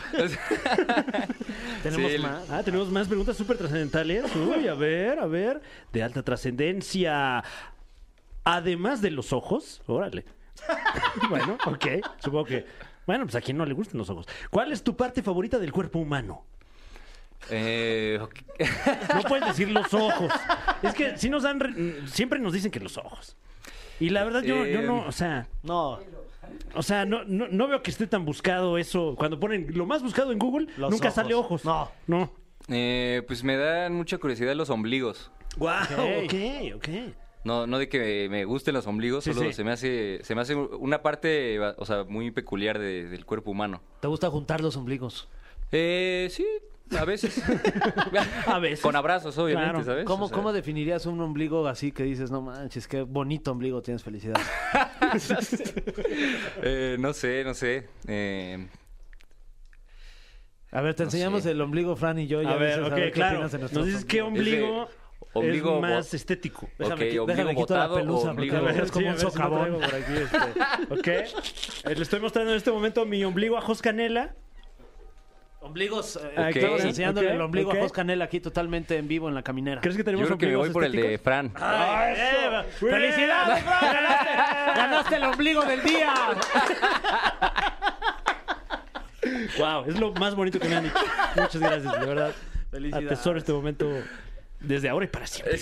Speaker 2: Tenemos
Speaker 6: Sí, el-
Speaker 2: más.
Speaker 1: Ah, tenemos más preguntas súper trascendentales. Uy, a ver, a ver. De alta trascendencia. Además de los ojos, órale. Bueno, ok. Supongo que. Bueno, pues a quien no le gustan los ojos. ¿Cuál es tu parte favorita del cuerpo humano?
Speaker 6: Eh, ok.
Speaker 1: No puedes decir los ojos. Es que si nos dan. re- Siempre nos dicen que los ojos. Y la verdad, yo, yo no. O sea.
Speaker 2: No,
Speaker 1: O sea, no, no, no veo que esté tan buscado eso. Cuando ponen lo más buscado en Google,
Speaker 2: Los
Speaker 1: nunca
Speaker 2: ojos.
Speaker 1: sale ojos.
Speaker 2: No.
Speaker 1: No.
Speaker 6: Eh, pues me dan mucha curiosidad los ombligos.
Speaker 1: Guau,
Speaker 2: Ok.
Speaker 1: ok, ok.
Speaker 6: No, no de que me gusten los ombligos,
Speaker 1: Sí,
Speaker 6: solo
Speaker 1: sí.
Speaker 6: se me hace, se me hace una parte, o sea, muy peculiar de- del cuerpo humano.
Speaker 2: te gusta juntar los ombligos.
Speaker 6: Eh, sí, a veces.
Speaker 1: A veces.
Speaker 6: Con abrazos, obviamente,
Speaker 1: Claro.
Speaker 6: ¿sabes?
Speaker 2: ¿Cómo,
Speaker 6: O sea,
Speaker 2: ¿Cómo definirías un ombligo así que dices, no manches, qué bonito ombligo tienes felicidad?
Speaker 6: eh, no sé, no sé. Eh,
Speaker 2: A ver, te
Speaker 6: No
Speaker 2: enseñamos
Speaker 6: sé.
Speaker 2: el ombligo, Fran y yo. y
Speaker 1: A ver,
Speaker 2: dices,
Speaker 1: ok,
Speaker 2: a ver qué
Speaker 1: claro.
Speaker 2: opinas de
Speaker 1: Nos
Speaker 2: nuestros
Speaker 1: dices qué
Speaker 2: ombligos.
Speaker 1: ombligo,
Speaker 6: Ombligo
Speaker 1: es
Speaker 6: bo-
Speaker 1: más estético.
Speaker 2: Déjame,
Speaker 6: Ok,
Speaker 2: qui-
Speaker 6: ombligo
Speaker 2: déjame quito la
Speaker 6: botado o
Speaker 2: pelusa
Speaker 6: ombligo-
Speaker 2: porque
Speaker 6: ver,
Speaker 2: es como un socavón.
Speaker 1: por aquí, este. Le estoy mostrando en este momento mi ombligo a Jos Canela.
Speaker 2: Ombligos, eh,
Speaker 6: Ok.
Speaker 2: estamos enseñándole
Speaker 1: Ok,
Speaker 2: el ombligo
Speaker 1: ok.
Speaker 2: a Jos Canel aquí totalmente en vivo en la caminera.
Speaker 1: ¿Crees que
Speaker 6: yo
Speaker 1: tenemos
Speaker 6: creo que me voy por el de Fran.
Speaker 1: Ah.
Speaker 2: ¡Ay, eh, ¡Felicidades! Fran! ¡Ganaste! ¡Ganaste el ombligo del día!
Speaker 1: Wow, es lo más bonito que me han dicho. Muchas gracias, de verdad.
Speaker 2: Felicidades.
Speaker 1: Atesoro este momento desde ahora y para siempre.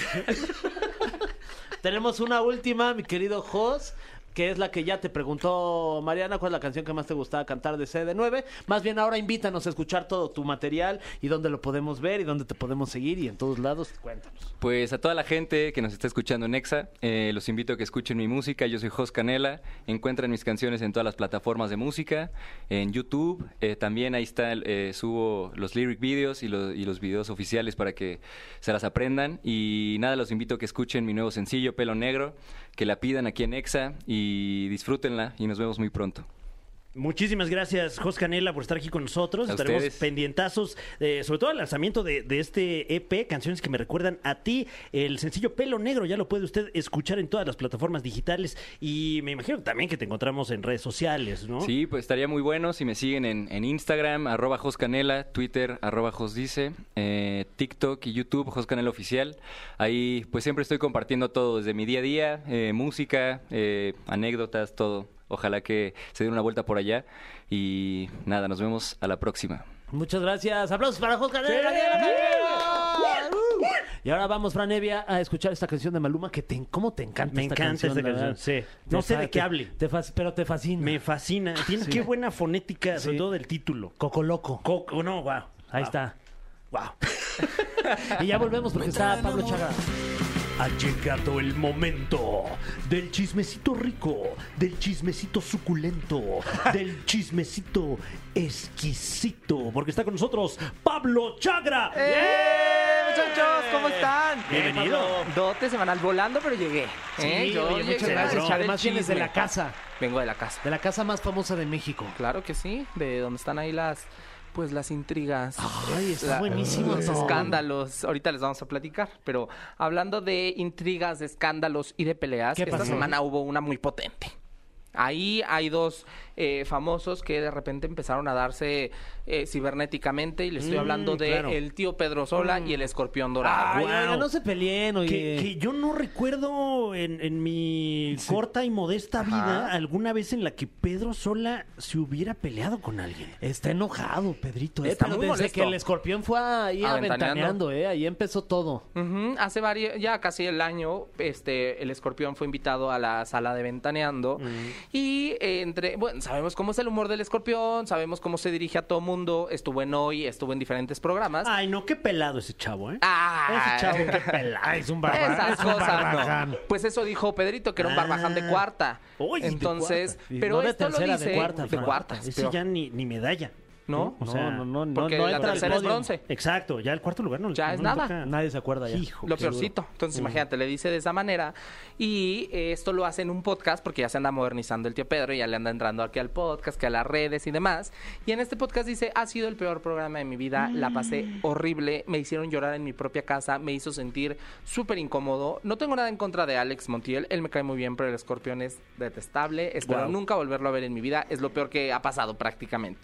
Speaker 2: Tenemos una última, mi querido Jos, que es la que ya te preguntó Mariana, cuál es la canción que más te gustaba cantar de CD9. Más bien ahora invítanos a escuchar todo tu material y dónde lo podemos ver y dónde te podemos seguir y en todos lados, cuéntanos.
Speaker 6: Pues a toda la gente que nos está escuchando en Exa, eh, los invito a que escuchen mi música. Yo soy Jos Canela. Encuentran mis canciones en todas las plataformas de música, en YouTube. eh, también ahí está, el, eh, subo los lyric videos y, lo- y los videos oficiales para que se las aprendan. Y nada, los invito a que escuchen mi nuevo sencillo, Pelo Negro, que la pidan aquí en Exa y disfrútenla. Y nos vemos muy pronto.
Speaker 1: Muchísimas gracias, Jos Canela, por estar aquí con nosotros.
Speaker 6: A
Speaker 1: Estaremos
Speaker 6: ustedes.
Speaker 1: pendientazos, eh, sobre todo al lanzamiento de, de este EP, canciones que me recuerdan a ti. El sencillo Pelo Negro ya lo puede usted escuchar en todas las plataformas digitales y me imagino también que te encontramos en redes sociales, ¿no?
Speaker 6: Sí, pues estaría muy bueno si me siguen en, en Instagram, arroba Joscanela, Twitter, arroba Josdice, eh, TikTok y YouTube, Joscanela Oficial. Ahí pues siempre estoy compartiendo todo, desde mi día a día, eh, música, eh, anécdotas, todo. Ojalá que se den una vuelta por allá y nada, nos vemos a la próxima.
Speaker 2: Muchas gracias. Aplausos para Jos Canel. Y ahora vamos, Fran Evia, a escuchar esta canción de Maluma que te, cómo te encanta
Speaker 1: Me
Speaker 2: esta
Speaker 1: encanta
Speaker 2: canción.
Speaker 1: esta
Speaker 2: la verdad.
Speaker 1: canción, sí.
Speaker 2: Te
Speaker 1: No sé de
Speaker 2: fa-
Speaker 1: qué
Speaker 2: te-
Speaker 1: hable.
Speaker 2: te fas- pero te fascina.
Speaker 1: Me fascina. Tiene
Speaker 2: Sí.
Speaker 1: qué buena fonética, sobre
Speaker 2: Sí.
Speaker 1: todo del título.
Speaker 2: Coco Loco.
Speaker 1: Coco, no, wow.
Speaker 2: Ahí está.
Speaker 1: Wow.
Speaker 2: Y ya volvemos porque está Pablo Chaga.
Speaker 1: Ha llegado el momento del chismecito rico, del chismecito suculento, del chismecito exquisito, porque está con nosotros Pablo Chagra.
Speaker 10: ¡Eh, muchachos? ¿Cómo están?
Speaker 1: Bienvenido.
Speaker 10: Dote semanal volando, pero llegué. ¿eh?
Speaker 2: Sí,
Speaker 10: Yo
Speaker 2: oye,
Speaker 10: llegué,
Speaker 2: muchas
Speaker 10: me vas a
Speaker 2: gracias.
Speaker 10: echar el
Speaker 2: Además, vienes de
Speaker 10: chisme.
Speaker 2: la casa,
Speaker 10: Vengo de la casa.
Speaker 2: de la casa más famosa de México.
Speaker 10: Claro que sí, de donde están ahí las pues las intrigas.
Speaker 2: Ay, está buenísimo,
Speaker 10: Los
Speaker 2: ¿no?
Speaker 10: escándalos. Ahorita les vamos a platicar, pero hablando de intrigas, de escándalos y de peleas,
Speaker 2: ¿Qué
Speaker 10: esta
Speaker 2: pasó?
Speaker 10: semana hubo una muy potente. Ahí hay dos eh, famosos que de repente empezaron a darse eh, cibernéticamente y le estoy
Speaker 1: Mm,
Speaker 10: hablando de
Speaker 1: claro.
Speaker 10: el tío Pedro
Speaker 2: Mm.
Speaker 10: Sola y el escorpión dorado.
Speaker 2: Ay,
Speaker 1: Guau.
Speaker 2: oiga, no se peleen, oye.
Speaker 1: Que, que yo no recuerdo en, en mi corta y modesta vida alguna vez en la que Pedro Sola se hubiera peleado con alguien.
Speaker 2: Está enojado, Pedrito. ¿eh?
Speaker 10: Está
Speaker 2: Pero
Speaker 10: muy
Speaker 2: desde
Speaker 10: molesto.
Speaker 2: que el escorpión fue ahí
Speaker 10: Aventaneando.
Speaker 2: aventaneando, ¿eh? ahí empezó todo.
Speaker 10: Ujú, Hace varios, ya casi el año, este, el escorpión fue invitado a la sala de ventaneando. Y eh, entre, bueno, sabemos cómo es el humor del escorpión, sabemos cómo se dirige a todo mundo, estuvo en hoy, estuvo en diferentes programas.
Speaker 1: Ay, no, qué pelado ese chavo, ¿eh?
Speaker 10: Ah,
Speaker 1: Ah, ese chavo, qué pelado.
Speaker 3: Ay, es un barba-
Speaker 10: Esas
Speaker 3: es un
Speaker 10: cosas,
Speaker 3: barbaján.
Speaker 10: no. Pues eso dijo Pedrito, que era un
Speaker 1: Ah.
Speaker 10: barbaján de cuarta.
Speaker 1: Uy, de
Speaker 10: Entonces,
Speaker 1: cuarta.
Speaker 2: Y
Speaker 10: pero
Speaker 2: no de
Speaker 10: esto
Speaker 2: tercera,
Speaker 10: lo
Speaker 2: de
Speaker 10: dice
Speaker 2: cuarta,
Speaker 10: de
Speaker 2: Fran.
Speaker 10: cuarta, es
Speaker 1: Ese
Speaker 10: peor,
Speaker 1: ya ni, ni medalla.
Speaker 10: ¿no?
Speaker 1: O sea,
Speaker 2: no, no, no,
Speaker 10: porque
Speaker 2: no
Speaker 10: la
Speaker 2: entra al
Speaker 10: tercera es
Speaker 2: podio.
Speaker 10: bronce.
Speaker 1: Exacto, ya el cuarto lugar no
Speaker 10: Ya
Speaker 1: no
Speaker 10: es
Speaker 1: le
Speaker 10: nada.
Speaker 1: toca.
Speaker 2: Nadie se acuerda ya.
Speaker 1: Hijo,
Speaker 10: Lo
Speaker 1: qué duro. Mm.
Speaker 10: peorcito. Entonces, imagínate, le dice de esa manera. Y eh, esto lo hace en un podcast porque ya se anda modernizando el tío Pedro, ya le anda entrando aquí al podcast, que a las redes y demás. Y en este podcast dice: Ha sido el peor programa de mi vida, la pasé horrible, me hicieron llorar en mi propia casa, me hizo sentir súper incómodo. No tengo nada en contra de Alex Montiel, él me cae muy bien, pero el escorpión es detestable. Espero
Speaker 1: Guau.
Speaker 10: nunca volverlo a ver en mi vida, es lo peor que ha pasado prácticamente.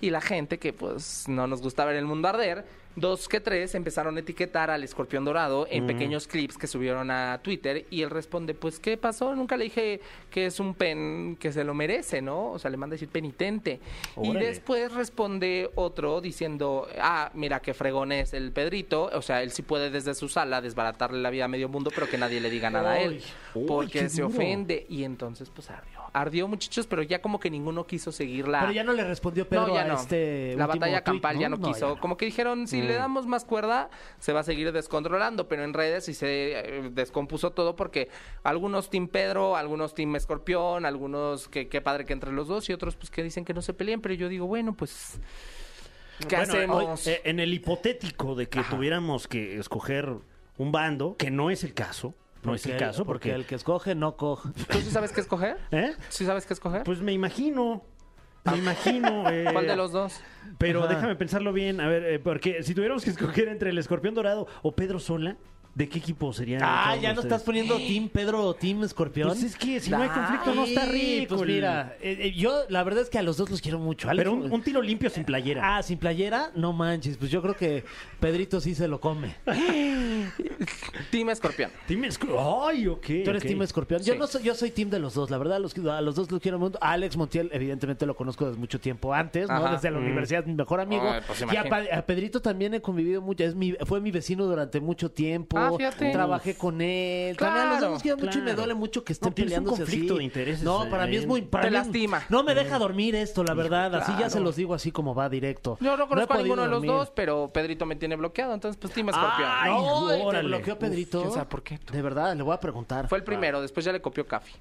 Speaker 10: Y la gente que, pues, no nos gusta ver el mundo arder, dos que tres empezaron a etiquetar al escorpión dorado
Speaker 1: Mm.
Speaker 10: en pequeños clips que subieron a Twitter y él responde, pues, ¿qué pasó? Nunca le dije que es un pen, que se lo merece, ¿no? O sea, le manda a decir penitente.
Speaker 1: Órale.
Speaker 10: Y después responde otro diciendo, ah, mira qué fregón es el Pedrito, o sea, él sí puede desde su sala desbaratarle la vida a medio mundo, pero que nadie le diga nada a él,
Speaker 1: Uy,
Speaker 10: porque
Speaker 1: qué
Speaker 10: se
Speaker 1: duro.
Speaker 10: ofende y entonces, pues, ardió. Ardió, muchachos, pero ya como que ninguno quiso seguirla
Speaker 2: Pero ya no le respondió Pedro a este
Speaker 10: la
Speaker 2: último tuit,
Speaker 10: batalla campal ya no quiso.
Speaker 2: ya
Speaker 10: Como que dijeron, si le damos más cuerda, se va a seguir descontrolando. Pero en redes sí se eh, descompuso todo porque algunos Team Pedro, algunos Team Escorpión, algunos que qué padre que entre los dos y otros pues que dicen que no se peleen. Pero yo digo, bueno, pues, ¿qué
Speaker 1: Bueno,
Speaker 10: hacemos?
Speaker 1: hoy, eh, en el hipotético de que tuviéramos que escoger un bando, que no es el caso, no es el
Speaker 2: Porque-
Speaker 1: caso
Speaker 2: porque
Speaker 1: porque...
Speaker 2: el que escoge no coge.
Speaker 10: ¿Tú sí sabes qué escoger?
Speaker 1: ¿Eh?
Speaker 10: ¿Sí sabes qué escoger?
Speaker 1: Pues me imagino, me imagino. eh,
Speaker 10: ¿Cuál de los dos?
Speaker 1: Pero
Speaker 2: Ajá.
Speaker 1: déjame pensarlo bien, a ver, eh, porque si tuviéramos que escoger entre el Escorpión Dorado o Pedro Sola, ¿de qué equipo sería?
Speaker 2: Ah,
Speaker 1: cada uno
Speaker 2: ya
Speaker 1: de
Speaker 2: no
Speaker 1: ustedes?
Speaker 2: estás poniendo Team Pedro o Team Escorpión.
Speaker 1: Pues es que si no hay conflicto no está
Speaker 2: Ay,
Speaker 1: rico.
Speaker 2: Pues
Speaker 1: el-
Speaker 2: mira, eh, eh, yo la verdad es que a los dos los quiero mucho. Alex-
Speaker 1: Pero un, un tiro limpio sin playera.
Speaker 2: Ah, sin playera, no manches. Pues yo creo que Pedrito sí se lo come.
Speaker 10: Team Escorpión.
Speaker 1: Dime, Esco- ay, ok.
Speaker 2: Tú eres
Speaker 1: ok.
Speaker 2: Team Escorpión. Yo
Speaker 10: Sí.
Speaker 2: no soy, yo soy Team de los dos. La verdad, los, a los dos los quiero mucho. A Alex Montiel, evidentemente, lo conozco desde mucho tiempo antes, ¿no?
Speaker 10: Ajá. Mm.
Speaker 2: Desde la universidad, es mi mejor amigo.
Speaker 10: Ay, pues,
Speaker 2: y a,
Speaker 10: imagínate.
Speaker 2: Pa- a Pedrito también he convivido mucho. Es mi, fue mi vecino durante mucho tiempo.
Speaker 10: Ah, fíjate.
Speaker 2: Trabajé con él.
Speaker 10: Claro, pues,
Speaker 2: También los hemos querido mucho y me
Speaker 1: claro.
Speaker 2: duele mucho que estén
Speaker 1: No, tienes un
Speaker 2: peleándose
Speaker 1: conflicto
Speaker 2: así.
Speaker 1: de intereses
Speaker 2: No, para
Speaker 1: ahí.
Speaker 2: mí es muy... para
Speaker 10: Te
Speaker 2: mí-
Speaker 10: lastima.
Speaker 2: No me deja dormir esto, la verdad. Así ya
Speaker 10: claro.
Speaker 2: se los digo así como va directo.
Speaker 10: Yo no
Speaker 2: he
Speaker 10: conozco a
Speaker 2: podido
Speaker 10: ninguno de los
Speaker 2: dormir.
Speaker 10: dos, pero Pedrito me tiene bloqueado. Entonces, pues Team Escorpión.
Speaker 1: Ay,
Speaker 2: No, te
Speaker 1: órale.
Speaker 2: bloqueó Pedrito.
Speaker 10: quién sabe por qué tú.
Speaker 2: De verdad, le voy a preguntar.
Speaker 10: Fue el primero, después ya le copió Cafi.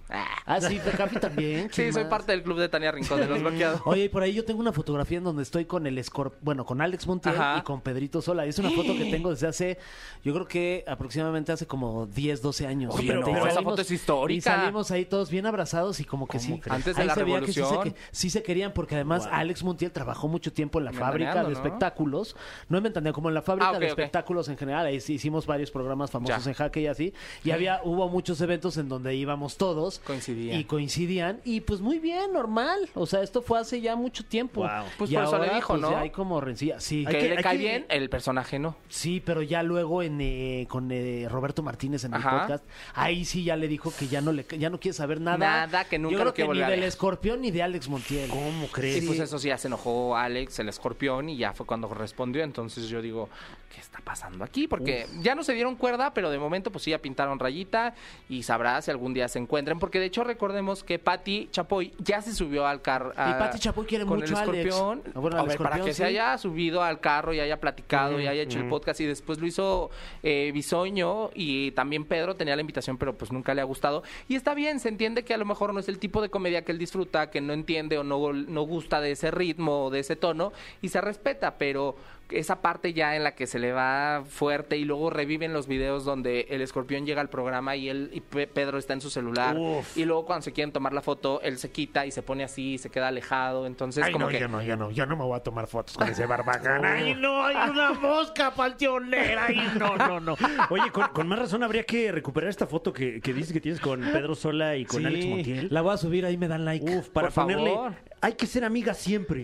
Speaker 2: Ah, sí, fue Capi también.
Speaker 10: Sí,
Speaker 2: ¿quién
Speaker 10: soy
Speaker 2: más?
Speaker 10: parte del club de Tania Rincón de los bloqueados.
Speaker 2: Oye, y por ahí yo tengo una fotografía en donde estoy con el escorp... bueno, con Alex Montiel
Speaker 10: Ajá.
Speaker 2: y con Pedrito Sola. Es una foto que tengo desde hace, yo creo que aproximadamente hace como 10, 12 años.
Speaker 10: Oye,
Speaker 2: Y
Speaker 10: pero
Speaker 2: salimos-
Speaker 10: esa foto es histórica.
Speaker 2: Y salimos ahí todos bien abrazados y como que sí.
Speaker 10: crees? Antes de
Speaker 2: ahí
Speaker 10: la
Speaker 2: se veía que sí se,
Speaker 10: revolución.
Speaker 2: que- sí se querían porque además Alex Montiel trabajó mucho tiempo en la fábrica
Speaker 10: Ventaneando,
Speaker 2: de
Speaker 10: ¿no?
Speaker 2: espectáculos. No en Ventaneando, como en la fábrica
Speaker 10: Ah, ok,
Speaker 2: de
Speaker 10: ok.
Speaker 2: espectáculos en general. Ahí sí hicimos varios programas famosos
Speaker 10: Ya.
Speaker 2: en Jaque y así. Y había, hubo muchos eventos en donde íbamos todos.
Speaker 10: Coincidían.
Speaker 2: Y coincidían y pues muy bien, normal. O sea, esto fue hace ya mucho tiempo.
Speaker 1: Wow.
Speaker 10: Pues
Speaker 2: Y
Speaker 10: por eso le
Speaker 2: ahora,
Speaker 10: dijo,
Speaker 2: pues,
Speaker 10: ¿no?
Speaker 2: ya hay como rencilla, sí.
Speaker 10: Que,
Speaker 1: Hay que-
Speaker 10: le
Speaker 1: hay
Speaker 10: cae
Speaker 1: que-
Speaker 10: bien, el personaje no.
Speaker 2: Sí, pero ya luego en, eh, con eh, Roberto Martínez en el
Speaker 10: Ajá.
Speaker 2: podcast, ahí sí ya le dijo que ya no le ya no quiere saber nada.
Speaker 10: Nada, que nunca
Speaker 2: Yo
Speaker 10: lo
Speaker 2: creo
Speaker 10: quiere
Speaker 2: que ni
Speaker 10: volver a
Speaker 2: del
Speaker 10: ver.
Speaker 2: escorpión ni de Alex Montiel.
Speaker 1: ¿Cómo
Speaker 10: Y
Speaker 1: crees?
Speaker 10: pues eso sí, ya se enojó Alex, el escorpión, y ya fue cuando respondió. Entonces yo digo, ¿qué está pasando aquí? Porque ya no se dieron cuerda, pero de momento pues sí ya pintaron rayita y sabrá si algún día se encuentran. Porque de hecho recordemos que Patti Chapoy ya se subió al carro.
Speaker 2: Y Pati Chapoy quiere
Speaker 10: con
Speaker 2: mucho
Speaker 10: el
Speaker 2: a Alex.
Speaker 10: escorpión.
Speaker 2: Ah, bueno,
Speaker 10: A
Speaker 2: al
Speaker 10: ver, para
Speaker 2: escorpión,
Speaker 10: que
Speaker 2: sí.
Speaker 10: se haya subido al carro y haya platicado y haya hecho el podcast y después lo hizo eh, Bisoño y también Pedro tenía la invitación pero pues nunca le ha gustado y está bien se entiende que a lo mejor no es el tipo de comedia que él disfruta que no entiende o no, no gusta de ese ritmo o de ese tono y se respeta pero esa parte ya en la que se le va fuerte y luego reviven los videos donde el escorpión llega al programa y él y Pe- Pedro está en su celular
Speaker 1: Uf.
Speaker 10: y luego cuando se quieren tomar la foto él se quita y se pone así y se queda alejado entonces
Speaker 3: Ay,
Speaker 10: como
Speaker 3: no,
Speaker 10: que
Speaker 3: yo no, yo no, yo no me voy a tomar fotos con ese barbacana. Ay, no.
Speaker 2: hay una mosca panteonera. Ay, no, no, no.
Speaker 1: Oye, con, con más razón habría que recuperar esta foto que, que dices que tienes con Pedro Sola y con Alex Montiel.
Speaker 2: La voy a subir, ahí me dan like.
Speaker 1: Uf, para
Speaker 10: Por favor.
Speaker 1: ponerle. Hay que ser amigas siempre.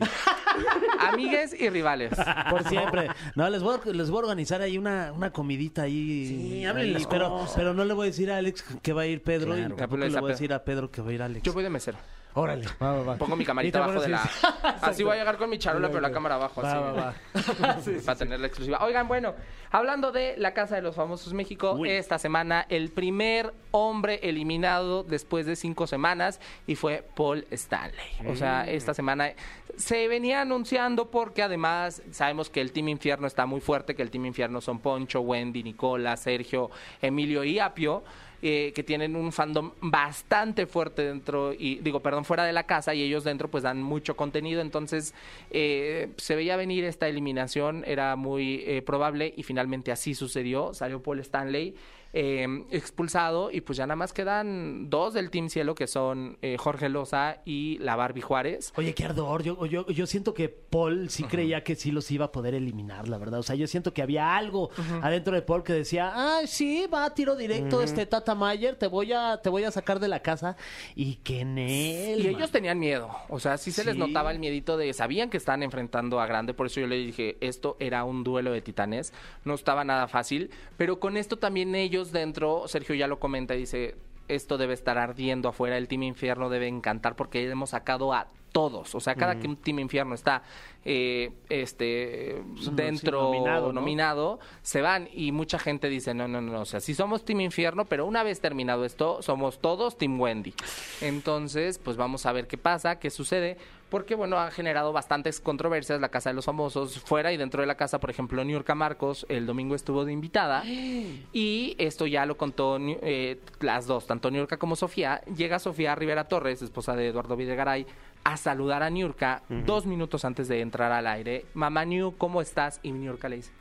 Speaker 10: amigues y rivales
Speaker 2: Por siempre. No, les voy a, les voy a organizar ahí una, una comidita ahí.
Speaker 1: Sí,
Speaker 2: Ahí,
Speaker 1: háblenles
Speaker 2: pero,
Speaker 1: cosas.
Speaker 2: pero no le voy a decir a Alex que va a ir Pedro
Speaker 10: Claro.
Speaker 2: y tampoco
Speaker 10: Apelas
Speaker 2: le
Speaker 10: a
Speaker 2: voy a
Speaker 10: Pedro.
Speaker 2: decir a Pedro que va a ir Alex.
Speaker 10: yo voy de mesero
Speaker 2: Órale, va, va, va.
Speaker 10: pongo mi
Speaker 2: Y
Speaker 10: camarita
Speaker 2: te
Speaker 10: abajo de la
Speaker 2: pones
Speaker 10: así voy a llegar con mi charola
Speaker 2: Ahí
Speaker 10: pero la
Speaker 2: va.
Speaker 10: cámara abajo
Speaker 2: Va,
Speaker 10: así
Speaker 2: va, va.
Speaker 10: para tener la exclusiva oigan bueno hablando de la casa de los famosos México
Speaker 1: Uy.
Speaker 10: esta semana el primer hombre eliminado después de cinco semanas y fue Paul Stanley o
Speaker 2: Mm.
Speaker 10: sea esta semana se venía anunciando porque además sabemos que el Team Infierno está muy fuerte que el Team Infierno son Poncho Wendy Nicola Sergio Emilio y Apio eh, que tienen un fandom bastante fuerte dentro y digo perdón fuera de la casa y ellos dentro pues dan mucho contenido entonces eh, se veía venir esta eliminación era muy eh, probable y finalmente así sucedió salió Paul Stanley eh, expulsado y pues ya nada más quedan dos del Team Cielo que son eh, Jorge Loza y la Barbie Juárez
Speaker 2: Oye, qué ardor. Yo, yo, yo siento que Paul sí creía que sí los iba a poder eliminar, la verdad. O sea, yo siento que había algo adentro de Paul que decía, ah, sí, va a tiro directo este Tata Mayer, te voy a, te voy a sacar de la casa. Y que en él.
Speaker 10: Y
Speaker 2: man.
Speaker 10: ellos tenían miedo, o sea, sí se les
Speaker 2: Sí.
Speaker 10: notaba el miedito de, sabían que estaban enfrentando a Grande, por eso yo le dije, esto era un duelo de titanes, no estaba nada fácil, pero con esto también ellos dentro, Sergio ya lo comenta y dice, esto debe estar ardiendo afuera, el Team Infierno debe encantar porque hemos sacado a todos, o sea, cada que un Team Infierno está eh, este dentro
Speaker 2: Pues, nominado, ¿no?
Speaker 10: nominado, se van y mucha gente dice, no, no, no, o sea, sí somos Team Infierno, pero una vez terminado esto, somos todos Team Wendy. Entonces, pues vamos a ver qué pasa, qué sucede, porque bueno, ha generado bastantes controversias la Casa de los Famosos, fuera y dentro de la casa, por ejemplo, Niurka Marcos el domingo estuvo de invitada y esto ya lo contó Ni- eh, las dos, tanto Niurka como Sofía. Llega Sofía Rivera Torres, esposa de Eduardo Videgaray, a saludar a Niurka dos minutos antes de entrar al aire. Mamá Niu, ¿cómo estás? Y Niurka le dice,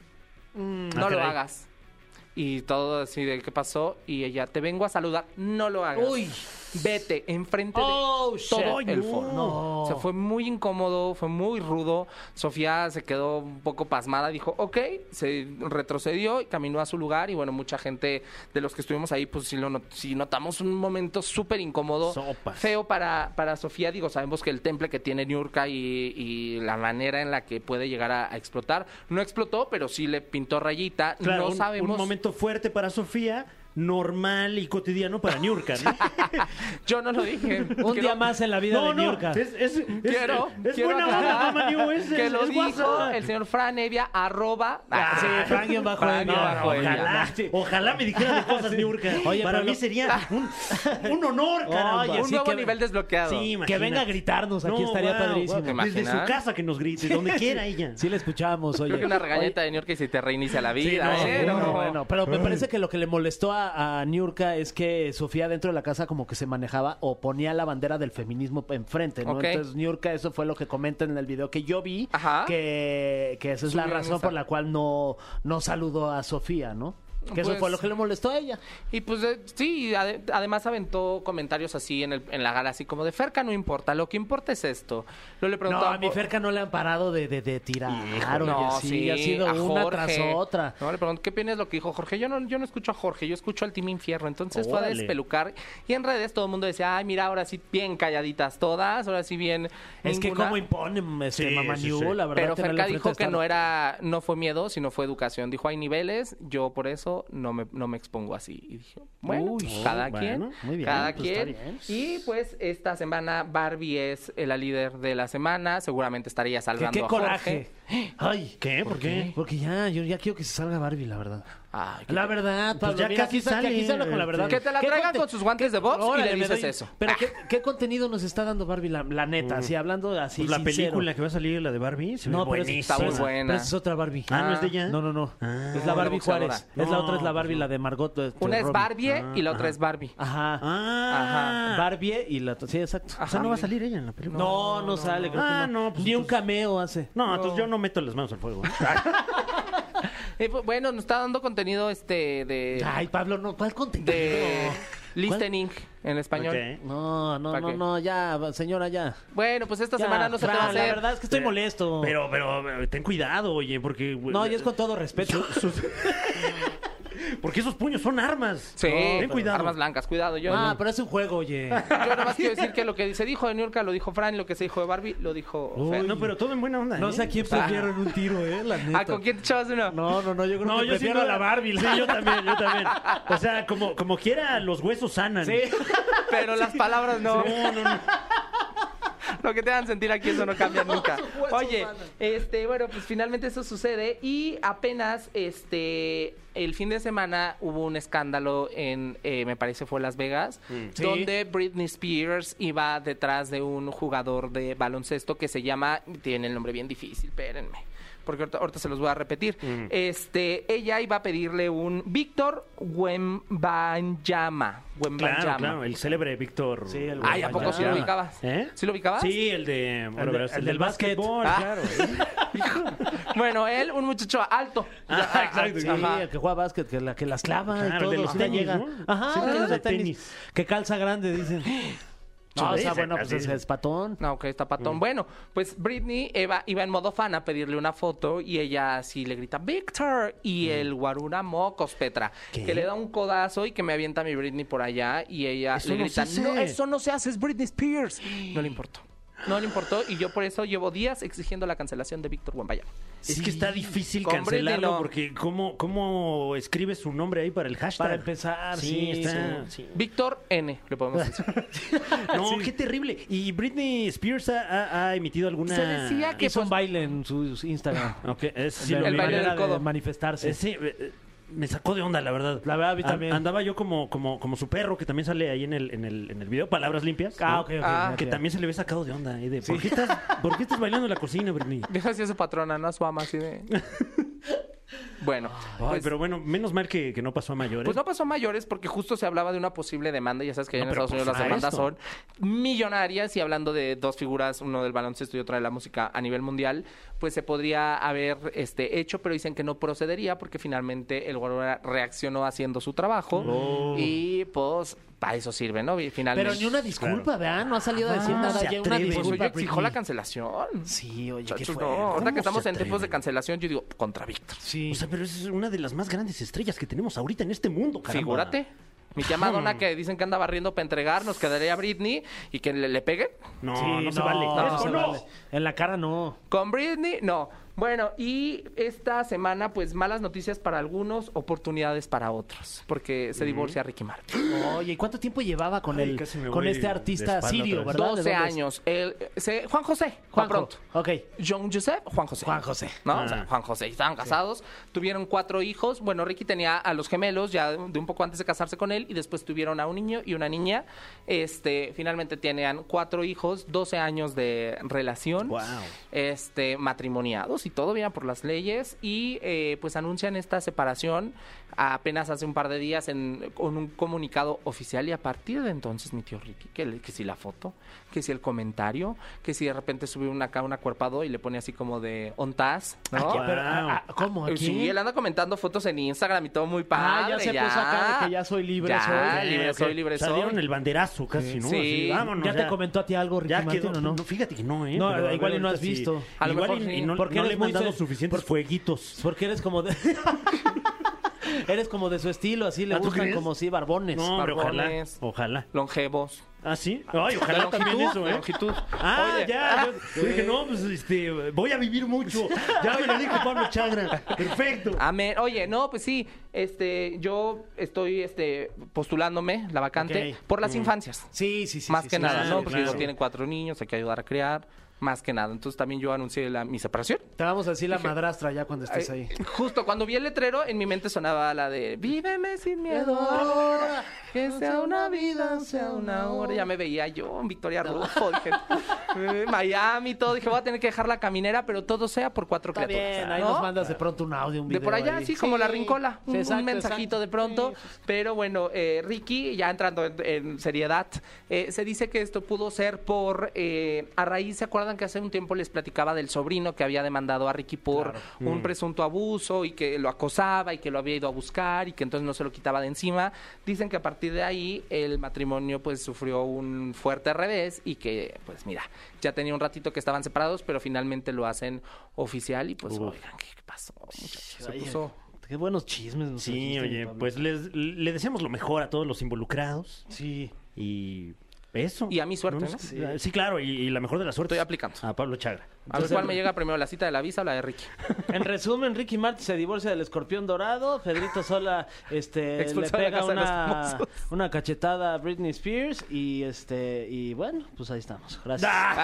Speaker 10: "Mm,
Speaker 1: Ah,
Speaker 10: no lo
Speaker 1: caray.
Speaker 10: hagas. Y todo así de qué pasó. Y ella, te vengo a saludar, no lo hagas.
Speaker 2: Uy.
Speaker 10: Vete, enfrente
Speaker 2: Oh,
Speaker 10: de todo
Speaker 2: shit.
Speaker 10: el
Speaker 2: No.
Speaker 10: foro.
Speaker 2: No.
Speaker 10: O sea, fue muy incómodo, fue muy rudo. Sofía se quedó un poco pasmada, dijo, ok, se retrocedió y caminó a su lugar. Y bueno, mucha gente de los que estuvimos ahí, pues sí, lo not- sí notamos un momento súper incómodo,
Speaker 1: Sopas.
Speaker 10: feo para, para Sofía. Digo, sabemos que el temple que tiene Niurka y, y la manera en la que puede llegar a, a explotar, no explotó, pero sí le pintó rayita.
Speaker 1: Claro,
Speaker 10: no
Speaker 1: un-
Speaker 10: sabemos.
Speaker 1: un momento fuerte para Sofía, normal y cotidiano para Niurka, ¿no?
Speaker 10: Yo no lo dije.
Speaker 2: Un
Speaker 10: Creo-
Speaker 2: día más en la vida de Niurka.
Speaker 1: Es, es- es-
Speaker 10: Quiero,
Speaker 1: es
Speaker 10: quiero
Speaker 1: buena
Speaker 10: aclarar
Speaker 1: onda, mamá Niu, es,
Speaker 10: que
Speaker 1: es- es
Speaker 10: lo
Speaker 1: Ah,
Speaker 10: dijo
Speaker 1: WhatsApp.
Speaker 10: el señor Fran Evia, arroba. Ah,
Speaker 2: sí, Fran-Evia.
Speaker 10: Fran-Evia.
Speaker 1: Ojalá, ojalá me dijeran de cosas Niurka.
Speaker 2: Oye,
Speaker 1: para
Speaker 2: pero
Speaker 1: mí
Speaker 2: lo-
Speaker 1: sería un, un honor, caramba.
Speaker 2: Oye,
Speaker 10: Un
Speaker 2: sí
Speaker 10: nuevo
Speaker 2: que-
Speaker 10: nivel desbloqueado.
Speaker 1: Sí,
Speaker 2: Que
Speaker 1: imagínate.
Speaker 2: venga a gritarnos, aquí
Speaker 1: No,
Speaker 2: estaría
Speaker 1: wow,
Speaker 2: padrísimo.
Speaker 1: wow. Desde su
Speaker 10: imaginas?
Speaker 1: casa que nos grite, donde quiera ella.
Speaker 2: Sí, le escuchamos, oye.
Speaker 10: Creo que una regañeta de New York y si te reinicia la vida.
Speaker 2: Sí, no,
Speaker 10: ¿eh?
Speaker 2: bueno,
Speaker 10: No.
Speaker 2: bueno, pero me parece que lo que le molestó a, a Niurka es que Sofía dentro de la casa como que se manejaba o ponía la bandera del feminismo enfrente, ¿no?
Speaker 10: Ok.
Speaker 2: Entonces Niurka, eso fue lo que comentan en el video que yo vi,
Speaker 10: Ajá.
Speaker 2: que, que esa es la
Speaker 10: Subieron
Speaker 2: razón
Speaker 10: esa.
Speaker 2: por la cual no, no saludó a Sofía, ¿no? Que eso
Speaker 10: Pues-
Speaker 2: fue lo que le molestó a ella.
Speaker 10: Y pues eh, sí, ade- además aventó comentarios así en, el- en la gala, así como de Ferca no importa, lo que importa es esto. Lo le
Speaker 2: No,
Speaker 10: preguntó
Speaker 2: a mi Ferca no le han parado de, de, de tirar. oye,
Speaker 10: no,
Speaker 2: sí,
Speaker 10: sí,
Speaker 2: ha sido
Speaker 10: a
Speaker 2: una
Speaker 10: Jorge.
Speaker 2: tras otra.
Speaker 10: No, le pregunto, ¿qué opinas de lo que dijo Jorge? Yo no, yo no escucho a Jorge, yo escucho al Team Infierno. Entonces fue a
Speaker 1: Órale.
Speaker 10: despelucar. Y en redes todo el mundo decía, ay, mira, ahora sí bien calladitas todas, ahora sí bien.
Speaker 2: Es que
Speaker 10: ninguna".
Speaker 2: cómo imponen este
Speaker 1: Sí,
Speaker 2: Mamá
Speaker 1: sí,
Speaker 2: New,
Speaker 1: sí.
Speaker 2: la verdad. tenerla
Speaker 10: Pero Ferca
Speaker 2: enfrente
Speaker 10: dijo
Speaker 2: de
Speaker 10: que
Speaker 2: estar-
Speaker 10: no era, no fue miedo, sino fue educación. Dijo, hay niveles, yo por eso no me, no me expongo así. Y dije, bueno, pues,
Speaker 2: Uy, oh,
Speaker 10: cada
Speaker 1: bueno,
Speaker 10: quien,
Speaker 2: muy bien,
Speaker 10: cada
Speaker 2: pues, está
Speaker 10: quien.
Speaker 2: bien.
Speaker 10: Y pues esta semana Barbie es eh, la líder de la semana, seguramente estaría
Speaker 2: Que
Speaker 10: salvando
Speaker 2: qué
Speaker 10: a Jorge.
Speaker 2: coraje. Ay,
Speaker 1: ¿Qué? ¿Por qué?
Speaker 2: Porque ya, yo ya quiero que se salga Barbie, la verdad.
Speaker 10: Ay, pues
Speaker 2: La verdad, Pablo,
Speaker 1: ya
Speaker 2: mira,
Speaker 1: casi
Speaker 2: aquí está- que
Speaker 1: sale,
Speaker 2: aquí se habla con la
Speaker 1: este.
Speaker 2: verdad.
Speaker 10: Que te la
Speaker 2: ¿Qué
Speaker 10: traigan
Speaker 2: conte-
Speaker 10: con sus guantes de box y
Speaker 2: Órale,
Speaker 10: le
Speaker 2: me
Speaker 10: dices
Speaker 2: doy-
Speaker 10: eso. Ah. Mm.
Speaker 2: Pero ¿qué, qué contenido nos está dando Barbie la, la neta, así hablando así
Speaker 1: Pues la
Speaker 2: sincero.
Speaker 1: película que va a salir, la de Barbie, se ve
Speaker 2: No, pero es-
Speaker 1: buenísima.
Speaker 10: muy
Speaker 2: pero es-
Speaker 10: buena.
Speaker 2: pero es otra Barbie.
Speaker 1: Ah, ¿no es de ella?
Speaker 2: No, no, no.
Speaker 1: Ah.
Speaker 2: es la
Speaker 10: No, la
Speaker 2: Barbie
Speaker 10: boxeadora.
Speaker 2: Juárez. es la
Speaker 1: No,
Speaker 2: otra es la Barbie, la de Margot. este,
Speaker 10: Una es
Speaker 2: Robbie.
Speaker 10: Barbie eh, y la otra es Barbie.
Speaker 2: Ajá.
Speaker 1: Ah,
Speaker 2: Barbie y la... Sí, exacto.
Speaker 1: o sea, no va a salir ella en la película.
Speaker 2: No, no, sale, creo que
Speaker 1: Ah,
Speaker 2: no.
Speaker 1: no, pues,
Speaker 2: Ni un
Speaker 1: entonces-
Speaker 2: cameo hace.
Speaker 1: No, entonces yo no Ah, meto las manos al fuego.
Speaker 10: Ah, Eh, bu- bueno, nos está dando contenido este de,
Speaker 2: Ay, Pablo, no, ¿cuál contenido?
Speaker 10: de listening en español.
Speaker 1: Ok.
Speaker 2: No, no,
Speaker 10: ¿Para
Speaker 2: no,
Speaker 10: qué?
Speaker 2: no, ya, señora, ya.
Speaker 10: Bueno, pues esta
Speaker 2: Ya,
Speaker 10: semana no se
Speaker 2: Fran,
Speaker 10: te va a
Speaker 2: La
Speaker 10: hacer.
Speaker 2: verdad es que estoy molesto.
Speaker 1: Pero, pues, pero, pero, eh, ten cuidado, oye, porque...
Speaker 2: No, y es con todo respeto.
Speaker 1: Porque esos puños son armas.
Speaker 10: Sí,
Speaker 1: ten cuidado.
Speaker 10: armas blancas, cuidado. Yo,
Speaker 2: Ah, pero es un juego, oye.
Speaker 10: yo nada más quiero decir que lo que se dijo de Niurka lo dijo Fran, lo que se dijo de Barbie lo dijo Fer.
Speaker 1: No, pero todo en buena onda.
Speaker 2: No
Speaker 1: ¿eh?
Speaker 2: sé a quién prefiero en un tiro, eh, la neta.
Speaker 10: Ah, ¿con quién te echabas uno?
Speaker 2: No, no, no, yo creo
Speaker 1: No,
Speaker 2: que
Speaker 1: yo sí
Speaker 2: prefiero a
Speaker 1: no-
Speaker 2: la Barbie. la-
Speaker 1: Sí, yo también, yo también. O sea, como, como quiera, los huesos sanan.
Speaker 2: Sí.
Speaker 10: Pero las palabras no.
Speaker 1: No, no, no.
Speaker 10: Lo que te hagan sentir aquí eso no cambia nunca. Oye, este, bueno, pues finalmente eso sucede y apenas este el fin de semana hubo un escándalo en eh, me parece fue Las Vegas,
Speaker 1: Mm.
Speaker 2: Sí.
Speaker 10: donde Britney Spears iba detrás de un jugador de baloncesto que se llama tiene el nombre bien difícil, espérenme. Porque ahorita, ahorita se los voy a repetir.
Speaker 1: Mm.
Speaker 10: Este, ella iba a pedirle un Víctor Wembanyama. Wembanyama.
Speaker 1: Claro, claro, el célebre Víctor.
Speaker 2: Sí, el
Speaker 10: Ay, ¿a poco sí lo
Speaker 2: Wembanyama.
Speaker 10: ubicabas?
Speaker 1: ¿Eh?
Speaker 10: ¿Sí lo ubicabas?
Speaker 1: Sí, el de. bueno,
Speaker 2: de-
Speaker 1: verás,
Speaker 2: Ah. el del eh. básquet.
Speaker 1: básquetbol,
Speaker 10: Ah.
Speaker 1: claro.
Speaker 10: Bueno, él, un muchacho alto.
Speaker 1: Ah, exacto.
Speaker 2: Sí,
Speaker 10: Ajá.
Speaker 2: el que juega básquet, que la que las clava y
Speaker 1: Claro,
Speaker 2: todo.
Speaker 1: el de los
Speaker 2: Ajá.
Speaker 1: tenis,
Speaker 2: llega.
Speaker 1: ¿no?
Speaker 2: Ajá,
Speaker 1: Sí,
Speaker 2: el
Speaker 1: el
Speaker 2: de
Speaker 1: de
Speaker 2: los tenis.
Speaker 1: tenis.
Speaker 2: Que calza grande, dicen. No, o sea,
Speaker 1: Dicen,
Speaker 2: bueno, pues
Speaker 1: así
Speaker 2: es,
Speaker 1: dicen.
Speaker 2: es patón.
Speaker 10: No, que está
Speaker 1: Mm.
Speaker 10: patón. Bueno, pues Britney iba, iba en modo fan a pedirle una foto y ella así le grita, Victor,
Speaker 1: Mm.
Speaker 10: y el guarura mocos, Petra, que le da un codazo y que me avienta mi Britney por allá y ella
Speaker 1: Eso
Speaker 10: le
Speaker 1: no
Speaker 10: grita,
Speaker 1: se hace.
Speaker 10: no, eso no se hace, es Britney Spears. No le importó. No le importó y yo por eso llevo días exigiendo la cancelación de Víctor Wembanyama.
Speaker 1: Es que está difícil
Speaker 10: Con
Speaker 1: cancelarlo
Speaker 10: Britney no.
Speaker 1: porque ¿cómo, ¿cómo escribes su nombre ahí para el hashtag?
Speaker 2: Para empezar,
Speaker 1: sí.
Speaker 2: sí,
Speaker 1: está-
Speaker 10: Víctor N, le podemos decir.
Speaker 1: No, qué terrible. ¿Y Britney Spears ha, ha- ha emitido alguna...?
Speaker 10: Se decía que
Speaker 2: Hizo un
Speaker 10: pues,
Speaker 2: baile en su su Instagram.
Speaker 1: Ok, es- sí lo
Speaker 10: el
Speaker 1: vi.
Speaker 10: baile del
Speaker 2: manera
Speaker 10: codo.
Speaker 2: manifestarse.
Speaker 1: Eh, sí, eh, eh, me sacó de onda, la verdad.
Speaker 2: La verdad, a mí
Speaker 1: An-
Speaker 2: también.
Speaker 1: Andaba yo como, como, como su perro, que también sale ahí en el, en el, en el video, Palabras Limpias.
Speaker 2: Ah,
Speaker 1: ¿no?
Speaker 2: ok, ok.
Speaker 10: Ah,
Speaker 2: ya,
Speaker 1: Que
Speaker 2: ya.
Speaker 1: también se le ve sacado de onda. ahí de, ¿por, qué estás, por qué estás bailando en la cocina, Britney?
Speaker 10: Deja así a su patrona, no a su ama, así de. Bueno,
Speaker 1: Ay,
Speaker 10: pues,
Speaker 1: pero bueno, menos mal que, que no pasó a mayores.
Speaker 10: pues no pasó a mayores porque justo se hablaba de una posible demanda. Ya sabes que allá
Speaker 1: No,
Speaker 10: en
Speaker 1: pero
Speaker 10: Estados Unidos las
Speaker 1: pues, a
Speaker 10: demandas
Speaker 1: esto.
Speaker 10: son millonarias y hablando de dos figuras, uno del baloncesto y otra de la música a nivel mundial, pues se podría haber este, hecho, pero dicen que no procedería porque finalmente el Guardiola reaccionó haciendo su trabajo y pues para eso sirve, ¿no? Y Finalmente.
Speaker 2: Pero ni una disculpa, ¿verdad? No ha salido a decir
Speaker 1: Ah,
Speaker 2: nada.
Speaker 1: se
Speaker 2: Ya una
Speaker 1: atreve.
Speaker 10: Pues
Speaker 2: disculpa.
Speaker 10: yo exijo la
Speaker 2: Britney.
Speaker 10: cancelación.
Speaker 2: Sí, oye, qué
Speaker 10: Chachos,
Speaker 2: fuerte.
Speaker 10: no, ahorita
Speaker 1: ¿Cómo
Speaker 10: que estamos
Speaker 1: se
Speaker 10: en tiempos de
Speaker 1: atreven?
Speaker 10: cancelación, yo digo, contra Víctor.
Speaker 2: Sí.
Speaker 1: O sea, pero es una de las más grandes estrellas que tenemos ahorita en este mundo, caramba.
Speaker 10: Figúrate. Mi tía Madonna que dicen que anda barriendo para entregar, nos quedaría a Britney y que le, le peguen.
Speaker 1: No,
Speaker 2: Sí,
Speaker 1: no, se vale.
Speaker 2: no,
Speaker 1: Eso
Speaker 2: se
Speaker 1: no.
Speaker 2: vale. En la cara no.
Speaker 10: Con Britney, no. Bueno, y esta semana, pues malas noticias para algunos, oportunidades para otros, porque se divorcia Ricky Martin.
Speaker 2: Oye, ¿y cuánto tiempo llevaba con
Speaker 1: Ay,
Speaker 2: el
Speaker 1: casi me
Speaker 2: con
Speaker 1: voy
Speaker 2: este
Speaker 1: de
Speaker 2: artista
Speaker 1: espalda
Speaker 2: sirio,
Speaker 1: otra vez.
Speaker 2: verdad? ¿De dónde
Speaker 10: 12
Speaker 2: es?
Speaker 10: años. El- eh, se- Juan José, Juan
Speaker 2: Juanjo.
Speaker 10: pronto.
Speaker 2: Ok.
Speaker 10: John Joseph, Juan José.
Speaker 2: Juan José.
Speaker 10: ¿No?
Speaker 1: Ah.
Speaker 10: O sea, Juan José. Estaban casados, tuvieron cuatro hijos. Bueno, Ricky tenía a los gemelos ya de un poco antes de casarse con él y después tuvieron a un niño y una niña. Este, finalmente tenían cuatro hijos, 12 años de relación.
Speaker 1: Wow.
Speaker 10: Este, matrimoniados y todo bien por las leyes y eh, pues anuncian esta separación apenas hace un par de días en, con un comunicado oficial y a partir de entonces mi tío Ricky, que, le- que si la foto, que si el comentario, que si de repente sube una acá un acuerpado y le pone así como de ontas, ¿no?
Speaker 2: Ah,
Speaker 1: Wow.
Speaker 2: pero, ah, ah, ¿Cómo aquí?
Speaker 10: Sí, él anda comentando fotos en Instagram y todo muy
Speaker 2: Ah,
Speaker 10: padre.
Speaker 2: ya se puso acá de que ya soy libre,
Speaker 10: Ya,
Speaker 2: soy.
Speaker 10: libre
Speaker 1: Ok,
Speaker 10: soy, libre
Speaker 1: o sea,
Speaker 10: soy.
Speaker 1: dieron el banderazo casi, ¿no?
Speaker 10: Sí.
Speaker 1: Así, vámonos.
Speaker 2: ¿Ya te comentó a ti algo, Ricky
Speaker 1: Ya
Speaker 2: Martin,
Speaker 1: quedó,
Speaker 2: o no?
Speaker 1: Fíjate que no, ¿eh?
Speaker 2: No,
Speaker 1: Pero a
Speaker 2: igual y no has
Speaker 1: ahorita sí.
Speaker 2: visto.
Speaker 10: A lo
Speaker 1: Igual
Speaker 10: mejor
Speaker 1: y,
Speaker 10: sí.
Speaker 1: y no,
Speaker 2: Porque
Speaker 1: no
Speaker 2: eres
Speaker 1: le he
Speaker 2: muy
Speaker 1: mandado
Speaker 2: sen-
Speaker 1: suficientes
Speaker 2: por-
Speaker 1: fueguitos.
Speaker 2: Porque eres como de... eres como de su estilo, así le
Speaker 1: ¿Ah, tú
Speaker 2: gustan
Speaker 1: crees?
Speaker 2: como si barbones.
Speaker 1: No, hombre, ojalá.
Speaker 10: barbones.
Speaker 1: Ojalá.
Speaker 10: Longevos.
Speaker 1: ¿Ah, sí? Ay, ojalá
Speaker 10: La
Speaker 1: también
Speaker 10: longitud,
Speaker 1: eso,
Speaker 10: la
Speaker 1: ¿eh?
Speaker 10: longitud.
Speaker 1: Ah,
Speaker 10: Oye.
Speaker 1: ya. yo- yo dije, no, pues este, voy a vivir mucho. Ya me lo dijo Pablo Chagra. Perfecto.
Speaker 10: Amén. Oye, no, pues sí, este, yo estoy este, postulándome la vacante
Speaker 2: Ok. Mm.
Speaker 10: por las infancias.
Speaker 2: Sí, sí, sí.
Speaker 10: más
Speaker 2: sí,
Speaker 10: que
Speaker 2: sí,
Speaker 10: nada,
Speaker 2: sí,
Speaker 10: ¿no?
Speaker 2: sí,
Speaker 10: Porque
Speaker 2: sí,
Speaker 10: digo,
Speaker 2: sí.
Speaker 10: tienen cuatro niños, hay que ayudar a criar, más que nada. Entonces también yo anuncié la- mi separación.
Speaker 2: Te vamos a decir la madrastra ya cuando estés
Speaker 10: Ay,
Speaker 2: ahí.
Speaker 10: Justo cuando vi el letrero, en mi mente sonaba la de Víveme sin miedo. Que sea una vida, sea una hora. Ya me veía yo en Victoria Rufo, dije, eh, Miami, todo. Dije, voy a tener que dejar la caminera, pero todo sea por cuatro
Speaker 2: Está
Speaker 10: criaturas.
Speaker 2: bien, ahí
Speaker 10: ¿no?
Speaker 2: nos mandas de pronto un audio, un
Speaker 10: De
Speaker 2: video.
Speaker 10: por allá,
Speaker 2: ahí.
Speaker 10: sí, como la rincola,
Speaker 2: Sí,
Speaker 10: un, un
Speaker 2: exacto,
Speaker 10: mensajito
Speaker 2: exacto.
Speaker 10: de pronto.
Speaker 2: Sí, sí,
Speaker 10: Pero bueno, eh, Ricky, ya entrando en, en seriedad, eh, se dice que esto pudo ser por, eh, a raíz, ¿se acuerdan acuerdan que hace un tiempo les platicaba del sobrino que había demandado a Ricky por
Speaker 2: Mm.
Speaker 10: un presunto abuso y que lo acosaba y que lo había ido a buscar y que entonces no se lo quitaba de encima? Dicen que a partir de ahí el matrimonio pues sufrió un fuerte revés y que pues mira, ya tenía un ratito que estaban separados, pero finalmente lo hacen oficial y pues oigan, ¿qué pasó? muchachos? Se
Speaker 2: Ay,
Speaker 10: puso
Speaker 2: Qué buenos chismes. nos
Speaker 1: Sí,
Speaker 2: trajiste, mi
Speaker 1: oye,
Speaker 2: Pablo.
Speaker 1: pues les, le deseamos lo mejor a todos los involucrados
Speaker 2: Sí.
Speaker 1: y eso.
Speaker 10: Y a mi suerte, ¿no?
Speaker 1: Sí. Ah, Sí, claro, y, y la mejor de la suerte.
Speaker 10: Estoy aplicando. Ah.
Speaker 1: A Pablo Chagra.
Speaker 10: A ver cuál me llega primero, la cita de la visa o la de Ricky.
Speaker 2: En resumen, Ricky Martin se divorcia del escorpión dorado. Pedrito Sola este, le
Speaker 10: Expulsado de la
Speaker 2: pega
Speaker 10: Casa de los
Speaker 2: una,
Speaker 10: Famosos.
Speaker 2: una cachetada a Britney Spears. Y, este, y bueno, pues ahí estamos. Gracias.
Speaker 10: Ah.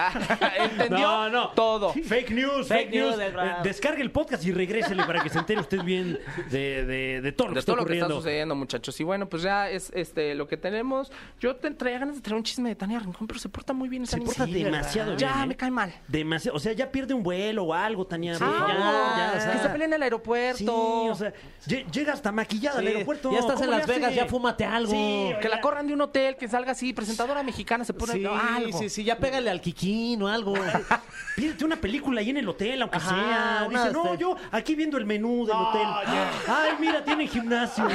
Speaker 10: ¿Entendió?
Speaker 1: Ah. No, no.
Speaker 10: Todo.
Speaker 1: Fake news,
Speaker 2: Fake
Speaker 1: fake, news.
Speaker 2: news, de verdad.
Speaker 1: Eh, Descargue el podcast y regrésele para que se entere usted bien de, de, de todo lo que
Speaker 10: De
Speaker 1: está
Speaker 10: todo lo que
Speaker 1: ocurriendo.
Speaker 10: está sucediendo, muchachos. Y bueno, pues ya es este lo que tenemos. Yo te traía ganas de traer un chisme de Tania Rincón, pero se porta muy bien esa
Speaker 1: Se
Speaker 10: niña.
Speaker 1: porta
Speaker 10: ¿verdad?
Speaker 1: demasiado bien,
Speaker 10: Ya
Speaker 1: ¿eh?
Speaker 10: me cae mal.
Speaker 1: Demasiado, o sea, ya pierde un vuelo o algo, Tania. por favor,
Speaker 10: Ah,
Speaker 1: ya, o sea.
Speaker 10: que se peleen en el aeropuerto.
Speaker 1: Sí, o sea, lle- llega hasta maquillada al
Speaker 2: Sí,
Speaker 1: aeropuerto.
Speaker 2: ya estás en
Speaker 1: ¿Cómo le
Speaker 2: Las
Speaker 1: hace?
Speaker 2: Vegas, ya fúmate algo.
Speaker 1: Sí,
Speaker 10: que la corran de un hotel, que salga así, presentadora mexicana, se pone
Speaker 2: Sí,
Speaker 10: algo.
Speaker 2: sí, sí, ya pégale al Kikín o algo.
Speaker 1: Pídete una película ahí en el hotel, aunque
Speaker 2: Ajá,
Speaker 1: sea.
Speaker 2: una
Speaker 1: Dice, no,
Speaker 2: este-
Speaker 1: yo aquí viendo el menú del hotel. Ah, Ay, mira, tiene gimnasio.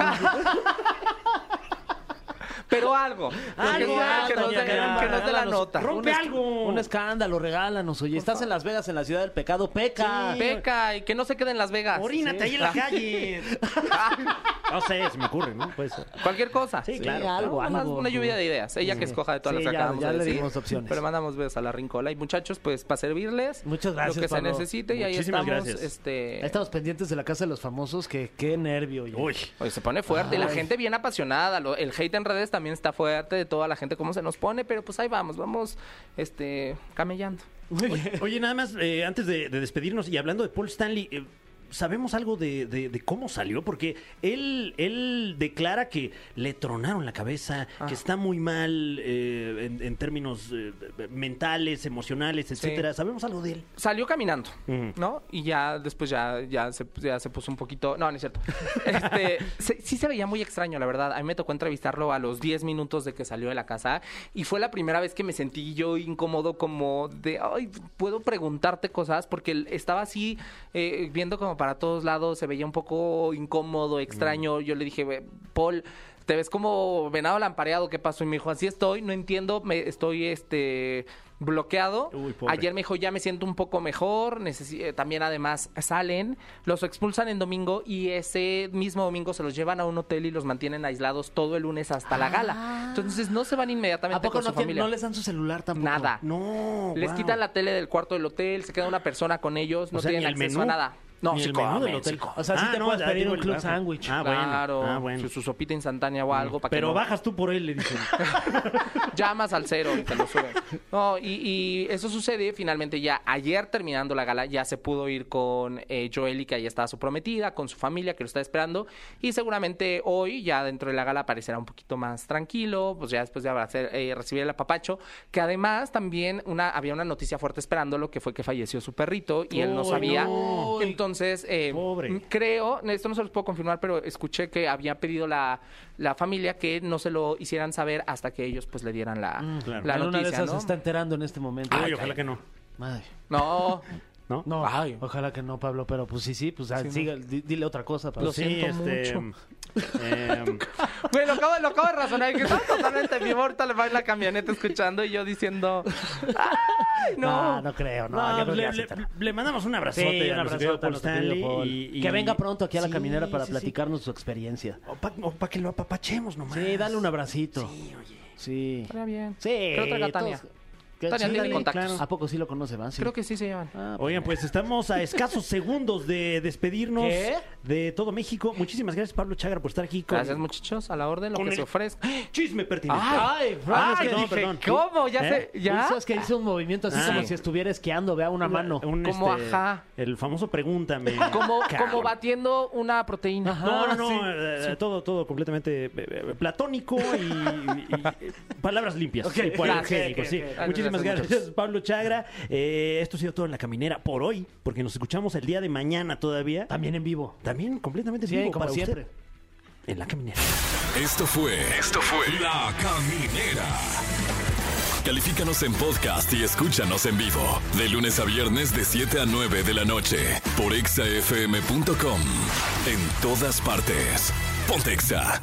Speaker 10: Pero algo.
Speaker 1: Algo,
Speaker 10: que,
Speaker 1: algo,
Speaker 10: que nos
Speaker 1: Tania,
Speaker 10: den-
Speaker 1: ya,
Speaker 10: que nos dé la
Speaker 2: regálanos.
Speaker 10: nota.
Speaker 1: Rom- Rompe
Speaker 2: Un es-
Speaker 1: algo.
Speaker 2: Un escándalo, regálanos. Oye, estás en Las Vegas, en la ciudad del pecado, peca.
Speaker 10: Peca y que no se quede en Las Vegas.
Speaker 1: Orínate ahí en la
Speaker 10: Ah,
Speaker 1: calle. No sé, se me ocurre, ¿no? Pues,
Speaker 10: Cualquier cosa.
Speaker 1: Sí, claro.
Speaker 2: algo,
Speaker 10: Nada más
Speaker 2: algo.
Speaker 10: Una lluvia de ideas. Ella que escoja de todas
Speaker 2: Sí,
Speaker 10: las que
Speaker 2: ya-
Speaker 10: acabamos
Speaker 2: ya
Speaker 10: de
Speaker 2: le
Speaker 10: decir.
Speaker 2: dimos opciones.
Speaker 10: Pero mandamos besos a la rincola. Y muchachos, pues para servirles.
Speaker 2: Muchas gracias,
Speaker 10: Lo que
Speaker 2: Pablo.
Speaker 10: se necesite. Y ahí
Speaker 1: Muchísimas
Speaker 10: estamos.
Speaker 1: gracias.
Speaker 10: Este...
Speaker 2: Ahí Estamos pendientes de la casa de los famosos, que qué nervio. oye.
Speaker 1: uy.
Speaker 10: Oye, se pone fuerte. Y la gente bien apasionada. Lo- el hate en redes también está fuerte. De toda la gente cómo se nos pone. Pero pues ahí vamos. Vamos este camellando.
Speaker 1: Oye, oye, nada más, eh, antes de, de despedirnos y hablando de Paul Stanley, eh, ¿sabemos algo de, de- de cómo salió? Porque él, él declara que le tronaron la cabeza, que está muy mal eh, en, en términos eh, mentales, emocionales, etcétera. ¿Sabemos algo de él?
Speaker 10: salió caminando,
Speaker 1: Ujú.
Speaker 10: ¿no? Y ya después ya, ya, se, ya se puso un poquito... No, no es cierto. Este, se- sí se veía muy extraño, la verdad. A mí me tocó entrevistarlo a los 10 minutos de que salió de la casa y fue la primera vez que me sentí yo incómodo como de, ay, puedo preguntarte cosas porque él estaba así eh, viendo como para todos lados, se veía un poco incómodo, extraño. Yo le dije, "Ve, Paul... Te ves como venado lampareado, ¿qué pasó? Y me dijo, así estoy, no entiendo, me estoy este bloqueado.
Speaker 1: Uy, pobre.
Speaker 10: Ayer me dijo, ya me siento un poco mejor. necesi- eh, También además salen, los expulsan en domingo y ese mismo domingo se los llevan a un hotel y los mantienen aislados todo el lunes hasta la gala. Entonces no se van inmediatamente
Speaker 2: Ah. ¿A poco
Speaker 10: con
Speaker 2: no,
Speaker 10: su
Speaker 2: tiene-
Speaker 10: familia.
Speaker 2: no les dan su celular tampoco?
Speaker 10: Nada.
Speaker 1: No.
Speaker 10: les
Speaker 1: guau.
Speaker 10: quitan la tele del cuarto del hotel, se queda una persona con ellos, no
Speaker 1: O sea, ni
Speaker 10: tienen
Speaker 1: el
Speaker 10: acceso
Speaker 1: menú,
Speaker 10: a nada. No,
Speaker 1: ni el
Speaker 10: chico,
Speaker 1: menú del
Speaker 10: amén,
Speaker 1: hotel.
Speaker 10: chico.
Speaker 2: O sea, sí
Speaker 1: Ah,
Speaker 2: te
Speaker 1: no,
Speaker 2: puedes
Speaker 1: ya
Speaker 2: pedir
Speaker 1: digo
Speaker 2: un
Speaker 1: el
Speaker 2: club
Speaker 1: bajo.
Speaker 2: sándwich.
Speaker 1: Ah, bueno.
Speaker 10: Claro,
Speaker 1: Ah, bueno.
Speaker 10: Su, su sopita instantánea o algo. para que
Speaker 1: Pero
Speaker 10: no-
Speaker 1: bajas tú por él, le dicen.
Speaker 10: Llamas al cero y te lo suben. No, y, y eso sucede finalmente ya ayer terminando la gala, ya se pudo ir con eh, Joely, que ahí estaba su prometida, con su familia que lo está esperando. Y seguramente hoy, ya dentro de la gala, aparecerá un poquito más tranquilo, pues ya después de abrazar, eh, recibir el apapacho. Que además también una, había una noticia fuerte esperando lo que fue que falleció su perrito y él no
Speaker 1: Uy,
Speaker 10: sabía.
Speaker 1: no.
Speaker 10: Entonces, eh,
Speaker 1: Pobre.
Speaker 10: creo, esto no se los puedo confirmar, pero escuché que había pedido la, la familia que no se lo hicieran saber hasta que ellos pues le dieran la,
Speaker 2: Mm.
Speaker 1: Mm, claro.
Speaker 10: la
Speaker 2: Alguna de
Speaker 10: noticia,
Speaker 2: esas se
Speaker 10: ¿no?
Speaker 2: está enterando en este momento.
Speaker 1: Uy, ojalá que no.
Speaker 2: Madre.
Speaker 10: No,
Speaker 1: ¿No?
Speaker 2: No,
Speaker 10: Ay.
Speaker 2: ojalá que no, Pablo, pero pues sí, sí, pues ah, siga, di- dile otra cosa, Pablo.
Speaker 10: Lo
Speaker 1: Sí,
Speaker 10: siento
Speaker 1: este,
Speaker 10: mucho.
Speaker 1: em,
Speaker 10: güey, lo acabo, lo acabo de razonar, que estaba totalmente vivo, ahorita le va en la camioneta escuchando y yo diciendo, ¡ay,
Speaker 2: no,
Speaker 10: no!
Speaker 2: no creo, no.
Speaker 1: No,
Speaker 2: yo creo que
Speaker 1: le,
Speaker 2: ya se
Speaker 1: le-
Speaker 2: enteró.
Speaker 1: le mandamos un
Speaker 2: Sí,
Speaker 1: abrazote
Speaker 2: un
Speaker 1: a nuestro querido
Speaker 2: abrazote a
Speaker 1: Paul
Speaker 2: nuestro querido
Speaker 1: Stanley
Speaker 2: Paul.
Speaker 1: y- y-
Speaker 2: Que venga pronto aquí a la
Speaker 1: Sí,
Speaker 2: caminera para
Speaker 1: sí, sí.
Speaker 2: platicarnos su experiencia.
Speaker 1: O para que lo apapachemos nomás.
Speaker 2: Sí, dale un abracito.
Speaker 1: Sí, oye.
Speaker 2: Sí.
Speaker 10: Estaría bien.
Speaker 2: Sí.
Speaker 10: Creo que era Tania.
Speaker 2: todos- que-
Speaker 10: Tania
Speaker 2: sí,
Speaker 10: tiene
Speaker 2: dale.
Speaker 10: contactos.
Speaker 2: ¿A poco sí lo conoce, va? Sí.
Speaker 10: Creo que sí se llevan.
Speaker 2: Ah,
Speaker 1: Oigan, pues estamos a escasos segundos de despedirnos
Speaker 2: ¿Qué?
Speaker 1: de todo México. Muchísimas gracias, Pablo Chagra, por estar aquí con
Speaker 10: Gracias, muchachos, a la orden, lo
Speaker 1: con el-
Speaker 10: que
Speaker 1: ¡Ah!
Speaker 10: se ofrezca.
Speaker 1: chisme pertinente.
Speaker 2: Ay,
Speaker 1: Ah,
Speaker 2: Fran, es que
Speaker 1: perdón,
Speaker 2: dije,
Speaker 1: perdón.
Speaker 10: ¿Cómo? ¿Ya
Speaker 1: ¿Eh?
Speaker 10: se...? ¿Ya?
Speaker 2: Hizo- es que hizo un movimiento así
Speaker 1: Ah.
Speaker 2: como si estuviera esquiando, vea una mano.
Speaker 1: Un,
Speaker 10: Como
Speaker 1: este,
Speaker 10: ajá.
Speaker 1: El famoso pregúntame.
Speaker 10: Como,
Speaker 1: Ah, Cabrón.
Speaker 10: como batiendo una proteína.
Speaker 1: No, no, no,
Speaker 10: Sí.
Speaker 1: eh, eh, todo, todo completamente eh, eh, platónico y, y- y palabras limpias. y polangénico,
Speaker 10: ok,
Speaker 1: sí.
Speaker 10: ok. Gracias,
Speaker 1: Muchísimas gracias,
Speaker 10: gracias,
Speaker 1: Pablo Chagra. Eh, esto ha sido todo en la caminera por hoy, porque nos escuchamos el día de mañana todavía.
Speaker 2: También en vivo.
Speaker 1: También completamente
Speaker 2: Sí,
Speaker 1: vivo
Speaker 2: como
Speaker 1: para
Speaker 2: siempre.
Speaker 1: usted en la caminera.
Speaker 7: Esto fue. Esto fue. La Caminera. Califícanos en podcast y escúchanos en vivo. De lunes a viernes de 7 a 9 de la noche. Por exafm.com. En todas partes. Pontexa.